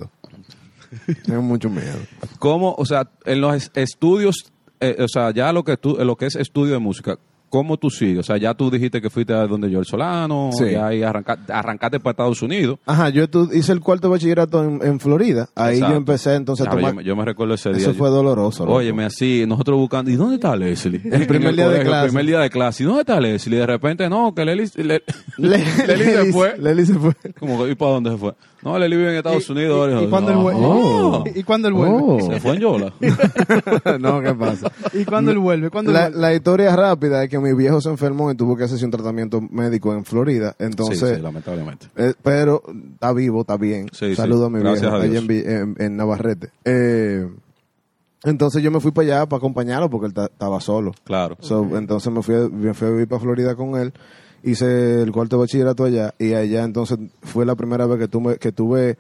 S3: Tengo mucho miedo.
S1: ¿Cómo, o sea, en los es- estudios, eh, o sea, ya lo que tú, lo que es estudio de música, ¿cómo tú sigues? O sea, ya tú dijiste que fuiste a donde yo el Solano,
S3: Sí.
S1: ya ahí arranca- arrancaste para Estados Unidos.
S3: Ajá, yo estu- hice el cuarto bachillerato en, en Florida. Ahí
S1: Exacto.
S3: yo empecé entonces a
S1: Claro,
S3: tomar.
S1: yo, me- yo me recuerdo ese día.
S3: Eso fue doloroso. loco.
S1: Óyeme, así, nosotros buscando, ¿y dónde está Leslie? En
S3: primer día de
S1: colegio,
S3: clase.
S1: El primer día de clase, ¿y dónde está Leslie? Y de repente, no, que Leli, Le-
S3: Le-
S1: Leli se
S3: Leli-
S1: fue.
S3: Leli se fue.
S1: Como que, ¿y para dónde se fue? No, Leli vive en Estados
S2: Y-
S1: Unidos.
S2: y-
S1: ahora.
S2: y cuando él
S1: No.
S2: vuelve.
S1: Oh.
S2: ¿Y cuándo él vuelve?
S1: Se fue en Yola.
S3: Oh. no, ¿qué pasa?
S2: ¿Y cuándo él vuelve? ¿Cuándo él
S3: La,
S2: vuelve?
S3: la historia rápida es que mi viejo se enfermó y tuvo que hacerse un tratamiento médico en Florida. Entonces,
S1: sí, sí, lamentablemente.
S3: Eh, pero está vivo, está bien.
S1: Sí, sí.
S3: Saludo a mi
S1: Gracias
S3: viejo
S1: a
S3: allá
S1: Dios.
S3: en, Vi- en- en Navarrete. Eh, entonces yo me fui para allá para acompañarlo porque él ta- estaba solo.
S1: Claro.
S3: So, Entonces me fui, a- me fui a vivir para Florida con él. Hice el cuarto de bachillerato allá y allá entonces fue la primera vez que tuve, que tuve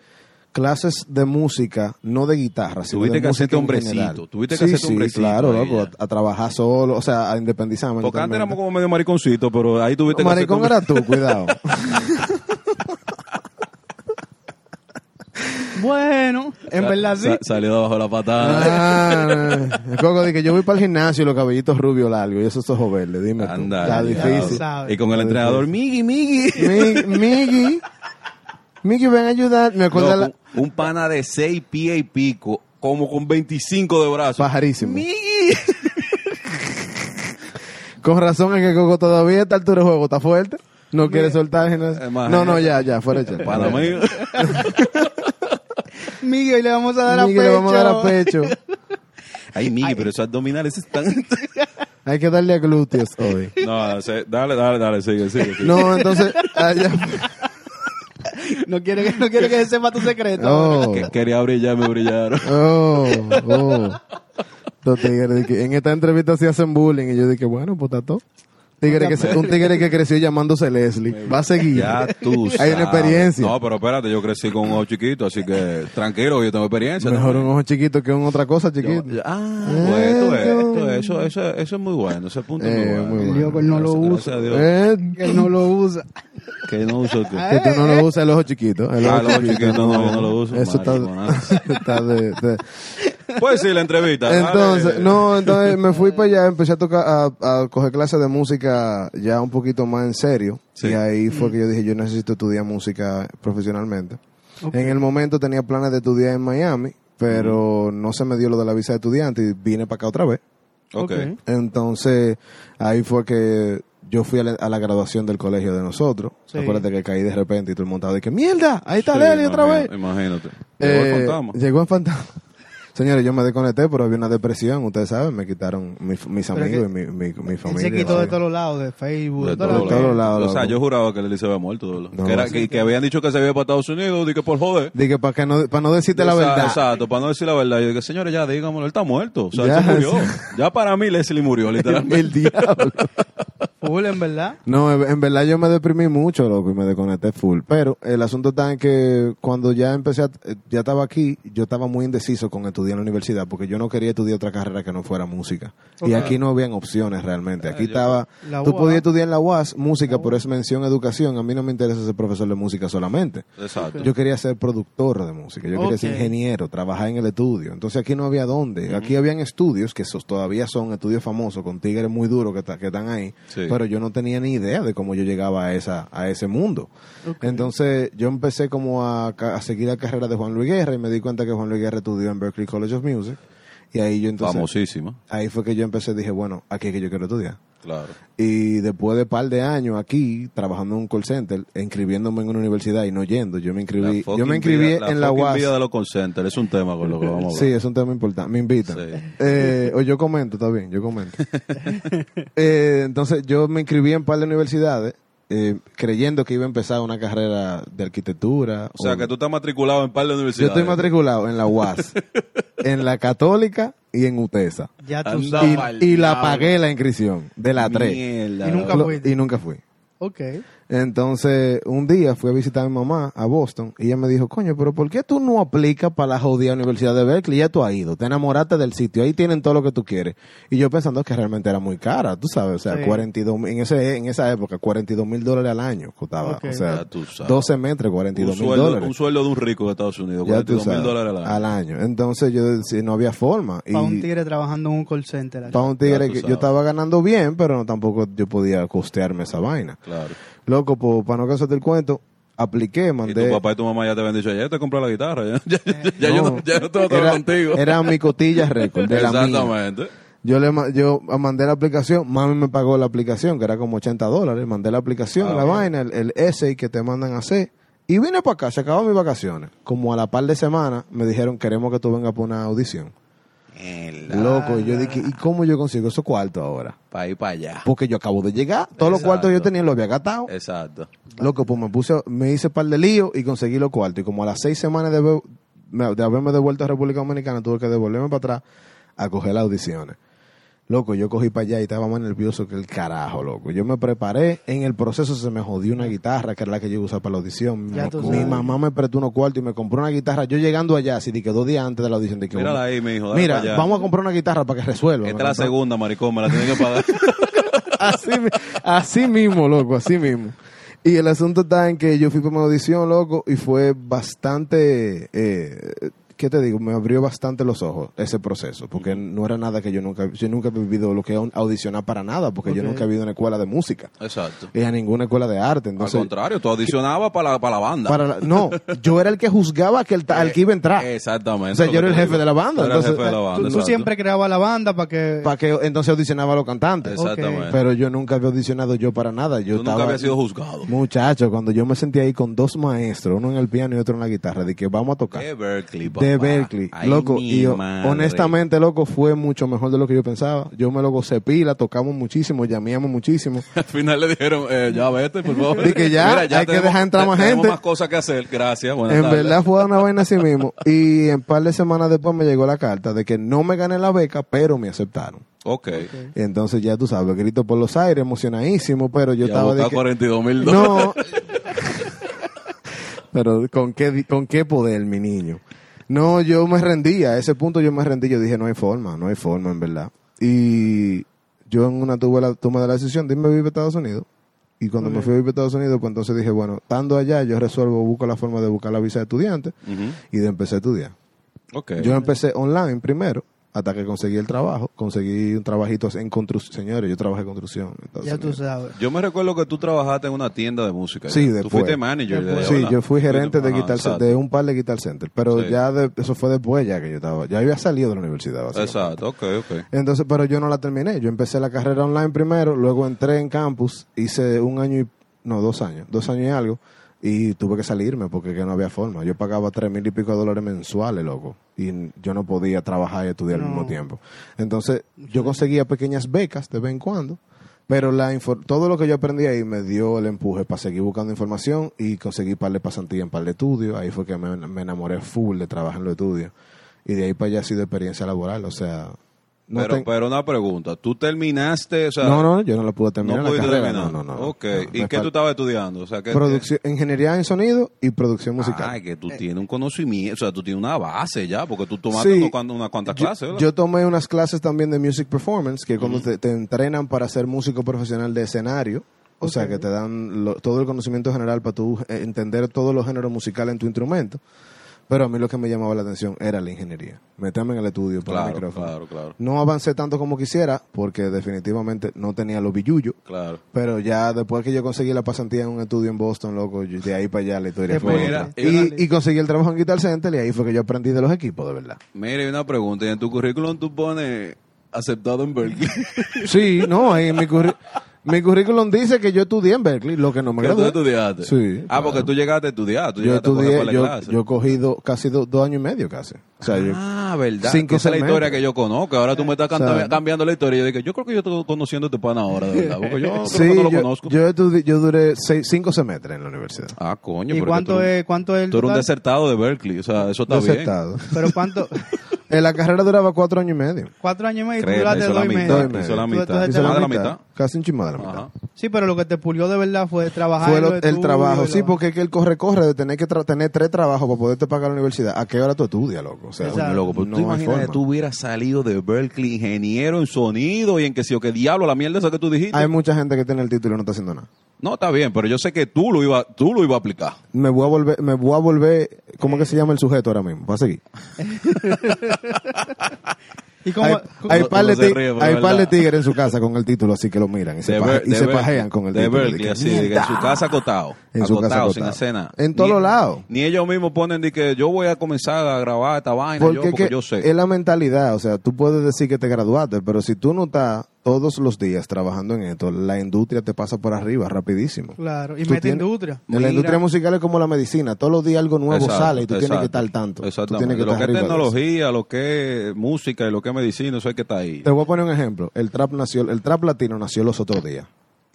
S3: clases de música, no de guitarra. sino
S1: Tuviste
S3: de
S1: que
S3: música
S1: hacerte
S3: en
S1: hombrecito,
S3: general.
S1: tuviste que
S3: Sí,
S1: hacerte
S3: sí,
S1: hombrecito
S3: claro,
S1: ahí
S3: loco, a, a trabajar solo, o sea, a independizarme.
S1: Porque antes
S3: totalmente.
S1: éramos como medio mariconcito, pero ahí tuviste que
S3: Maricón
S1: hacerte
S3: era tú, cuidado.
S2: Bueno, en
S1: un-
S2: verdad sí.
S1: Sa- salió de abajo de la patada.
S3: Ah, no, no, no. Coco dice que yo voy para el gimnasio y los cabellitos rubios largos y esos ojos verdes, dime tú.
S1: Anda, ya.
S3: Está difícil.
S2: sabes.
S1: Y con el
S3: Está
S1: entrenador, Miggy, Miggy.
S3: Mi- Miki, Miki, ven a ayudar. Me acuerdo de la...
S1: Loco, Un pana de 6 pies y pico, como con 25 de brazos.
S3: Pajarísimo.
S1: Miggy.
S3: Con razón es que Coco todavía a esta altura de juego está fuerte. No quiere soltar. el gimnasio.
S1: Imagínate.
S3: No, no, ya, ya, fuera ya.
S1: Pana mío.
S2: Miguel, hoy le vamos a dar a
S3: Miki,
S2: pecho.
S3: le vamos a dar a pecho.
S1: Ay, Miggy, pero esos abdominales están.
S3: Hay que darle a glúteos hoy.
S1: No, se- dale, dale, dale, sigue, sigue. sigue.
S3: No, entonces, ah, allá...
S2: No quiere que, no quiere que sepa tu secreto.
S3: Oh.
S1: Que- quería brillar, me brillaron.
S3: Oh, oh. Los tigres, de que en esta entrevista se hacen bullying. Y yo dije, bueno, pues está todo. Tigre que se- un tigre que creció llamándose Leslie. Va a seguir.
S1: Ya tú
S3: Hay
S1: sabes.
S3: una experiencia.
S1: No, pero espérate, yo crecí con un ojo chiquito, así que tranquilo, que yo tengo experiencia.
S3: Mejor
S1: también.
S3: un ojo chiquito que un otra cosa chiquito.
S1: pues, Yo- yo- ah,
S3: Eh,
S1: pues, tú ves,
S3: yo-
S1: tú ves, eso, eso, eso es muy bueno, ese punto es
S3: Eh,
S1: muy
S3: muy
S1: bueno.
S3: bueno.
S2: Yo, pues, no lo
S1: Gracias-
S2: uso.
S1: gracias a Dios.
S3: Eh,
S2: Que no lo usa.
S1: Que no uso que...
S3: que tú no lo usas el ojo chiquito. El
S1: Ah,
S3: ojo
S1: el ojo chiquito, no, yo no lo uso,
S3: Eso está,
S1: mariconazo.
S3: está de- de-
S1: Pues sí, la entrevista. Dale.
S3: Entonces, no, entonces me fui para allá, empecé a tocar, a, a coger clases de música ya un poquito más en serio.
S1: Sí.
S3: Y ahí fue que yo dije, yo necesito estudiar música profesionalmente. En el momento tenía planes de estudiar en Miami, pero no se me dio lo de la visa de estudiante y vine para acá otra vez.
S1: Ok.
S2: Ok.
S3: Entonces, ahí fue que yo fui a la, a la graduación del colegio de nosotros.
S2: Sí.
S3: Acuérdate que caí de repente y todo el montado de que, mierda, ahí está
S1: Sí,
S3: Leli otra
S1: imagino-
S3: vez.
S1: Imagínate. Llegó
S3: Eh,
S1: el fantasma.
S3: Llegó el fantasma. Señores, yo me desconecté, pero había una depresión. Ustedes saben, me quitaron mi- mis
S2: Pero
S3: amigos
S2: que-
S3: y mi, mi, mi
S2: Él
S3: familia.
S2: se quitó de
S3: Sí.
S2: todos lados, de Facebook, de,
S1: De
S2: todos
S1: todos
S2: lados.
S3: todos lados,
S1: O sea,
S3: loco.
S1: yo juraba que Leli se había muerto. loco.
S3: No,
S1: que, era,
S3: sí.
S1: que, que habían dicho que se había ido para Estados Unidos, dije que por joder.
S3: Dije, para que no, para no decirte la
S1: Esa-
S3: verdad.
S1: Exacto, para no decir la verdad. Yo dije, señores, ya dígamelo, él está muerto. O sea,
S3: Ya,
S1: él se murió.
S3: sí.
S1: Ya para mí Leslie murió,
S3: El,
S1: literalmente.
S3: diablo.
S2: full, en verdad.
S3: No, en en verdad yo me deprimí mucho, loco, y me desconecté full. Pero el asunto está en que cuando ya empecé, a- eh, ya estaba aquí, yo estaba muy indeciso con estudiar en la universidad, porque yo no quería estudiar otra carrera que no fuera música. Y aquí no habían opciones realmente. Aquí estaba,
S2: Eh, La
S3: tú
S2: UAS.
S3: podías estudiar en la UAS música, pero es mención educación. A mí no me interesa ser profesor de música solamente.
S1: Exacto.
S3: Yo quería ser productor de música, yo quería ser
S2: Ok.
S3: ingeniero, trabajar en el estudio. Entonces aquí no había dónde. Aquí habían estudios, que esos todavía son estudios famosos, con tigres muy duros que, ta- que están ahí.
S1: Sí.
S3: Pero yo no tenía ni idea de cómo yo llegaba a, esa, a ese mundo. Entonces yo empecé como a, ca- a seguir la carrera de Juan Luis Guerra y me di cuenta que Juan Luis Guerra estudió en Berklee College of Music. Y ahí yo entonces...
S1: Famosísima.
S3: Ahí fue que yo empecé, dije, bueno, aquí es que yo quiero estudiar.
S1: Claro.
S3: Y después de par de años aquí, trabajando en un call center, inscribiéndome en una universidad y no yendo, yo me
S1: La
S3: inscribí, yo
S1: fucking
S3: me inscribí
S1: vida-
S3: en la
S1: fucking
S3: UAS.
S1: vida de los call centers. Es un tema con lo que vamos a
S3: Sí,
S1: hablar.
S3: es un tema importante. Me invitan.
S1: Sí.
S3: Eh, o yo comento, está bien, yo comento. Eh, entonces, yo me inscribí en par de universidades eh, creyendo que iba a empezar una carrera de arquitectura.
S1: O sea, que tú estás matriculado en par de
S3: Yo
S1: universidades.
S3: estoy matriculado en la UAS, en la Católica y en UTESA.
S2: Ya tú
S1: Anda
S2: sabes.
S1: mal.
S3: Y la pagué la inscripción de la 3.
S1: Mierda.
S2: Y nunca
S1: loco.
S2: fuiste.
S3: Y nunca fui.
S2: Ok.
S3: Entonces, un día fui a visitar a mi mamá a Boston y ella me dijo, coño, pero ¿por qué tú no aplicas para la jodida Universidad de Berkeley? Ya tú has ido, te enamoraste del sitio, ahí tienen todo lo que tú quieres. Y yo pensando que realmente era muy cara, tú sabes, o sea,
S2: Sí.
S3: 42 mil- en, ese, en esa época, 42 mil dólares al año costaba.
S2: Ok.
S3: O sea,
S1: Ya tú sabes.
S3: 12 metros,
S1: un
S3: 42 mil
S1: sueldo,
S3: dólares.
S1: un sueldo de un rico de Estados Unidos,
S3: Ya tú
S1: 42 mil
S3: sabes,
S1: dólares al año.
S3: Entonces yo decía, no había forma. Y
S2: Para un tigre trabajando en un call center. aquí.
S3: para un
S1: Ya
S3: tigre
S1: tú
S3: que yo
S1: sabes.
S3: estaba ganando bien, pero no, tampoco yo podía costearme esa vaina.
S1: Claro.
S3: Loco, pues, para no cansarte el cuento, apliqué,
S1: Y
S3: mandé.
S1: tu papá y tu mamá ya te habían dicho, ya te compré la guitarra, ya, ya- ya- ya yo,
S3: No,
S1: no, ya no tengo que hablar
S3: era-
S1: contigo.
S3: Era mi cotilla récord. de la mía.
S1: Exactamente.
S3: Yo le ma- yo mandé la aplicación, mami me pagó la aplicación, que era como 80 dólares. Mandé la aplicación,
S1: Ah,
S3: la vaina, el, el essay que te mandan a hacer. Y vine para acá, se acabaron mis vacaciones. Como a la par de semana me dijeron, queremos que tú vengas para una audición. Loco, y yo dije, ¿y cómo yo consigo esos cuartos ahora?
S1: Para ir para allá.
S3: Porque yo acabo de llegar, todos los
S1: Exacto.
S3: cuartos que yo tenía los había gastado.
S1: Exacto.
S3: Loco, pues me puse, me hice par de lío y conseguí los cuartos. Y como a las seis semanas de, haber- me- de haberme devuelto a República Dominicana, tuve que devolverme para atrás a coger las audiciones. Loco, yo cogí para allá y estaba más nervioso que el carajo, loco. Yo me preparé, en el proceso se me jodió una guitarra, que era la que yo iba a usar para la audición. Mi,
S2: Ya tú
S3: mi
S2: sabes.
S3: mamá me prestó unos cuartos y me compró una guitarra. Yo llegando allá, así de que dos días antes de la audición, de que
S1: Mírala
S3: bueno,
S1: ahí, mi hijo. dale
S3: mira,
S1: pa' allá.
S3: vamos a comprar una guitarra para que resuelva.
S1: Esta
S3: Me
S1: es la
S3: compró-
S1: segunda, maricón, me la tienen que pagar.
S3: así, mi- así mismo, loco, así mismo. Y el asunto está en que yo fui para una audición, loco, y fue bastante, eh, ¿qué te digo? Me abrió bastante los ojos ese proceso, porque no era nada que yo nunca, yo nunca he vivido lo que es un- audicionar para nada, porque yo
S2: Ok.
S3: nunca he vivido en una escuela de música,
S1: Exacto.
S3: y a ninguna escuela de arte,
S1: Al
S3: entonces...
S1: contrario, tú audicionabas para la, para la banda.
S3: Para la- no, yo era el que juzgaba que el, ta-
S1: Eh,
S3: al que iba a entrar.
S1: Exactamente.
S3: O sea,
S1: lo
S3: yo
S1: que
S3: era el
S1: te
S3: jefe
S1: digo.
S3: de la banda,
S1: Tú eras el
S3: entonces,
S1: jefe de la
S3: eh,
S1: banda.
S2: Tú- Tú,
S1: exacto.
S2: siempre creabas la banda para que...
S3: Para que entonces audicionaba a los cantantes.
S1: Exactamente.
S3: Pero yo nunca había audicionado yo para nada. Yo
S1: Tú nunca
S3: estaba-
S1: habías sido juzgado.
S3: Muchachos, cuando yo me sentí ahí con dos maestros, uno en el piano y otro en la guitarra, de que vamos a tocar.
S1: De Berkeley, papá.
S3: De Berkeley,
S1: Ay,
S3: loco.
S1: mi
S3: Y yo,
S1: madre.
S3: honestamente, loco, fue mucho mejor de lo que yo pensaba. Yo me lo gocé pila, tocamos muchísimo, llameamos muchísimo.
S1: Al final le dijeron, eh, ya vete, por favor.
S3: Di que ya, hay que dejar entrar más
S1: tenemos
S3: gente.
S1: más cosas que hacer. Gracias, buenas
S3: en
S1: tardes.
S3: verdad fue una vaina así mismo. Y en par de semanas después me llegó la carta de que no me gané la beca, pero me aceptaron.
S1: Ok.
S3: Y entonces ya tú sabes, grito por los aires, emocionadísimo, pero yo
S1: ya
S3: estaba de
S1: buscaba
S3: que-
S1: 42 mil dólares.
S3: No. Pero ¿con qué, di- con qué poder, mi niño. No, yo me rendí, a ese punto yo me rendí, yo dije, no hay forma, no hay forma, en verdad. Y yo en una tuve la toma de la decisión de irme a vivir a Estados Unidos. Y cuando me fui a vivir a Estados Unidos, pues entonces dije, bueno, estando allá, yo resuelvo, busco la forma de buscar la visa de estudiante. Y de empecé a estudiar.
S1: Ok.
S3: Yo empecé online primero, hasta que conseguí el trabajo. Conseguí un trabajito en construcción. Señores, yo trabajé en construcción. en Estados
S2: Ya tú
S3: Unidos.
S2: sabes.
S1: Yo me recuerdo que tú trabajaste en una tienda de música.
S3: Sí,
S1: ya. Tú
S3: después.
S1: fuiste manager. de-
S3: Sí,
S1: ¿verdad?
S3: yo fui
S1: Fuiste-
S3: gerente de
S1: ajá,
S3: Guitar
S1: exacto.
S3: Center, de un par de Guitar Center, pero
S1: Sí.
S3: ya de- eso fue después ya que yo estaba, ya había salido de la universidad. básicamente.
S1: Exacto, ok, ok.
S3: Entonces, pero yo no la terminé, yo empecé la carrera online primero, luego entré en campus, hice un año y, no, dos años, dos años y algo, y tuve que salirme porque que no había forma. Yo pagaba tres mil y pico de dólares mensuales, loco, y yo no podía trabajar y estudiar al
S2: No.
S3: mismo tiempo. Entonces, yo conseguía pequeñas becas de vez en cuando. Pero la infor- todo lo que yo aprendí ahí me dio el empuje para seguir buscando información y conseguí par de pasantía en par de estudios. Ahí fue que me, me enamoré full de trabajar en los estudios. Y de ahí para allá ha sido experiencia laboral. O sea, No
S1: pero,
S3: ten-
S1: pero una pregunta, ¿tú terminaste? O sea,
S3: no, no, yo no la pude terminar.
S1: no
S3: la
S1: pudiste
S3: carrera,
S1: terminar.
S3: No, no, no.
S1: Ok,
S3: no,
S1: ¿y
S3: me
S1: qué tú
S3: falta-
S1: estabas estudiando? O sea, ¿qué-
S3: Producción, ingeniería en sonido y producción
S1: qué-
S3: musical.
S1: Ay, que tú tienes un conocimiento, o sea, tú tienes una base ya, porque tú tomaste
S3: Sí.
S1: unos cuan- unas cuantas
S3: Yo-
S1: clases, ¿verdad?
S3: Yo tomé unas clases también de music performance, que es cuando te, te entrenan para ser músico profesional de escenario. O sea, que te dan lo- todo el conocimiento general para tú eh, entender todos los géneros musicales en tu instrumento. Pero a mí lo que me llamaba la atención era la ingeniería. Meterme en el estudio por el
S1: claro,
S3: micrófono.
S1: claro, claro,
S3: No avancé tanto como quisiera, porque definitivamente no tenía los billullos.
S1: claro.
S3: Pero ya después que yo conseguí la pasantía en un estudio en Boston, loco, yo- de ahí para allá la historia
S2: Qué
S3: fue
S1: pena.
S3: otra.
S1: Era-
S3: Y, y conseguí el trabajo en Guitar Center y ahí fue que yo aprendí de los equipos, de verdad.
S1: Mire, hay una pregunta, y en tu currículum tú pones aceptado en Berkeley.
S3: Sí, no, ahí en mi, curri- mi currículum dice que yo estudié en Berkeley, lo que no me
S1: ¿Que tú
S3: gradué.
S1: estudiaste?
S3: Sí,
S1: Ah,
S3: claro.
S1: porque tú llegaste a estudiar, tú
S3: Yo
S1: llegaste a coger
S3: estudié,
S1: por la
S3: yo,
S1: clase.
S3: yo cogí do- casi do- dos años y medio casi. O sea, yo-
S1: Ah, verdad.
S3: Cinco
S1: Que esa es la
S3: semestres.
S1: historia que yo conozco. Ahora tú me estás canta-
S3: Sabe.
S1: cambiando la historia. Yo dije, yo creo que yo estoy conociendo a este pana ahora, de verdad. Porque yo creo
S3: sí,
S1: que no lo
S3: yo,
S1: conozco.
S3: yo estudié- yo duré seis- cinco semestres en la universidad.
S1: Ah, coño.
S2: ¿Y
S1: pero
S2: cuánto
S1: que tú,
S2: es, cuánto es el
S1: Tú eres un
S2: total?
S1: desertado de Berkeley. O sea, eso está
S3: Desertado.
S2: Pero cuánto,
S3: En la carrera duraba cuatro años y medio.
S2: cuatro años y
S1: bien.
S2: medio, y tú
S1: Créeme,
S2: duraste
S1: hizo la
S2: dos y
S1: mitad.
S2: medio.
S3: Dos y
S1: Hizo la
S2: medio.
S1: mitad.
S2: Tú-
S3: Hice
S2: tú-
S1: Más
S2: tú-
S1: de la mitad.
S3: Casi un chismado de la mitad.
S1: Ajá.
S2: Sí, pero lo que te pulió de verdad fue trabajar.
S3: Fue
S2: en
S3: lo-
S2: los
S3: el
S2: estudios,
S3: trabajo,
S2: la-
S3: sí, porque es que el corre-corre de tener que tra- tener tres trabajos para poderte pagar la universidad. ¿A qué hora tú estudias, loco? O sea,
S2: Exacto.
S3: coño, loco, pues
S1: ¿Tú
S3: no hay
S1: imaginas que
S3: forma.
S1: tú hubieras salido de Berkeley ingeniero en sonido y en que si o que diablo, la mierda esa que tú dijiste?
S3: Hay mucha gente que tiene el título y no está haciendo nada.
S1: No, está bien, pero yo sé que tú lo iba, tú lo iba a aplicar.
S3: Me voy a volver, me voy a volver, ¿cómo es que se llama el sujeto ahora mismo? Va a seguir.
S2: ¿Y cómo,
S3: Hay,
S2: cómo-
S3: hay
S1: Uno-
S3: par de,
S1: uno se
S3: ti-
S1: ríe, pero
S3: hay
S1: es
S3: par de
S1: verdad.
S3: tigres en su casa con el título, así que lo miran y se,
S1: De
S3: paje-
S1: Ber-
S3: y
S1: de
S3: se
S1: Ber-
S3: pajean con el
S1: de
S3: título.
S1: Berkeley,
S3: Dije,
S1: así, de que en su
S3: "Mierda".
S1: casa acotado.
S3: En su casa
S1: sin
S3: acotado.
S1: escena.
S3: En
S1: Ni-
S3: todos lados.
S1: Ni ellos mismos ponen de que yo voy a comenzar a grabar esta vaina yo,
S3: Porque,
S1: porque
S3: que
S1: yo sé.
S3: es la mentalidad, o sea, tú puedes decir que te graduaste, pero si tú no estás todos los días trabajando en esto, la industria te pasa por arriba rapidísimo.
S2: Claro, y
S3: Tú
S2: mete
S3: tienes-
S2: industria.
S3: En la industria musical es como la medicina, todos los días algo nuevo
S1: Exacto,
S3: sale y tú tienes
S1: exacto.
S3: que estar al tanto. Tú
S1: Exactamente.
S3: tienes que
S1: lo que
S3: estar
S1: es
S3: arriba de eso.
S1: tecnología, lo que es música y lo que es medicina, eso es que está ahí.
S3: Te voy a poner un ejemplo. El trap nació, el trap latino nació los otros días